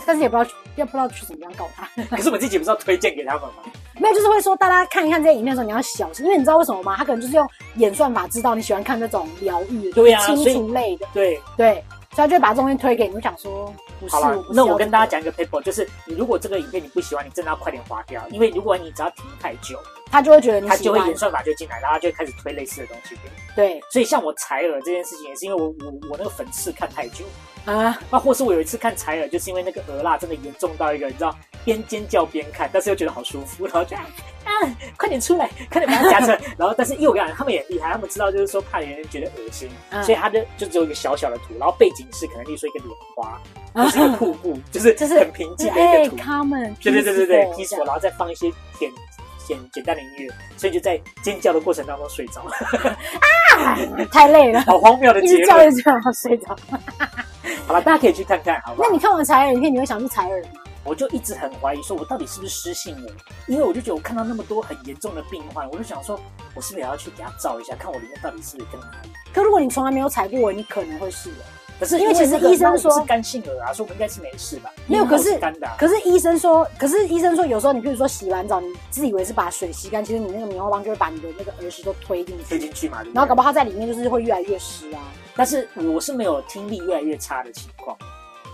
S5: 但是也不知道去也不知道去怎么样告他。
S4: 可是我们自己不是要推荐给他们吗？
S5: 没有，就是会说大家看一看这些影片的时候你要小心，因为你知道为什么吗？他可能就是用演算法知道你喜欢看这种疗愈、
S4: 对啊
S5: 清
S4: 所以
S5: 除类的，
S4: 对，
S5: 对，所以他就会把这东西推给你，我想说不是，
S4: 好
S5: 我
S4: 了
S5: 不，是
S4: 那
S5: 要
S4: 我跟
S5: 这
S4: 大家
S5: 个
S4: 讲一个 paper，就是你如果这个影片你不喜欢，你真的要快点划掉，因为如果你只要停太久，
S5: 他就会觉得你
S4: 它
S5: 喜
S4: 就会
S5: 欢
S4: 演，算法就进来，然后它就会开始推类似的东西给你。
S5: 对
S4: 所以像我采耳这件事情，也是因为我我我那个粉刺看太久，
S5: 啊，
S4: 那或是我有一次看采耳，就是因为那个鹅蜡真的严重到一个，你知道边尖叫边看，但是又觉得好舒服，然后就啊啊，快点出来，快点把它夹出来。然后但是因为我跟你讲，他们也很厉害，他们知道就是说怕有人觉得恶心，
S5: 嗯
S4: 所以他的就只有一个小小的图，然后背景是可能例如说一个莲花， 或是一个瀑 布，就是
S5: 就是
S4: 很平
S5: 就
S4: 静
S5: 是
S4: 的一
S5: 哎
S4: 个图。
S5: ，common，
S4: 对对对对对
S5: peaceful，
S4: ，peaceful，
S5: 这样
S4: 然后再放一些简简简单的音乐，所以就在尖叫的过程当中 睡着，
S5: 哎太累了，
S4: 好荒谬的
S5: 一
S4: 结
S5: 直叫
S4: 论。
S5: 一直叫，然后睡着。
S4: 好了，大家可以去看看，好不
S5: 那
S4: 好
S5: 你？看完采耳影片，你会想去采耳吗？
S4: 我就一直很怀疑，说我到底是不是失信了？因为我就觉得我看到那么多很严重的病患，我就想说，我是不是也要去给他照一下，看我里面到底是不是跟他。
S5: 可如果你从来没有踩过纹，你可能会是的。
S4: 可是
S5: 因为其实
S4: 那个
S5: 医生
S4: 那我
S5: 说
S4: 是肝性儿啊，所以我们应该是没事吧？
S5: 没有
S4: 因为我
S5: 可是
S4: 肝的啊、
S5: 可是医生说，可是医生说，有时候你比如说洗完澡，你自以为是把水吸干，其实你那个棉花棒就会把你的那个耳屎都推进
S4: 推
S5: 去，
S4: 进去嘛，对不对
S5: 然后搞不好它在里面就是会越来越湿啊。
S4: 但是我是没有听力越来越差的情况，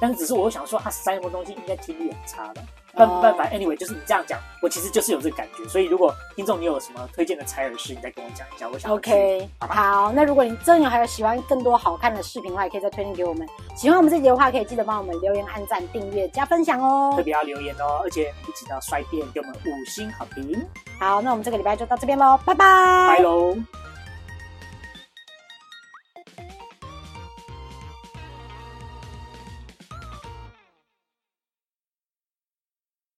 S4: 但是只是我想说，啊，塞什么东西应该听力很差的。但
S5: 哦
S4: 办法，anyway，就是你这样讲，我其实就是有这个感觉。所以如果听众你有什么推荐的采耳师，你再跟我讲一下，我想要去
S5: OK，
S4: 嗯好吧
S5: 好，那如果你真的还有喜欢更多好看的视频的话，也可以再推荐给我们。喜欢我们这集的话，可以记得帮我们留言、按赞、订阅、加分享哦
S4: 特。别要留言哦，而且一起到衰变给我们五星好评，
S5: 好，那我们这个礼拜就到这边喽，拜拜，
S4: 拜喽。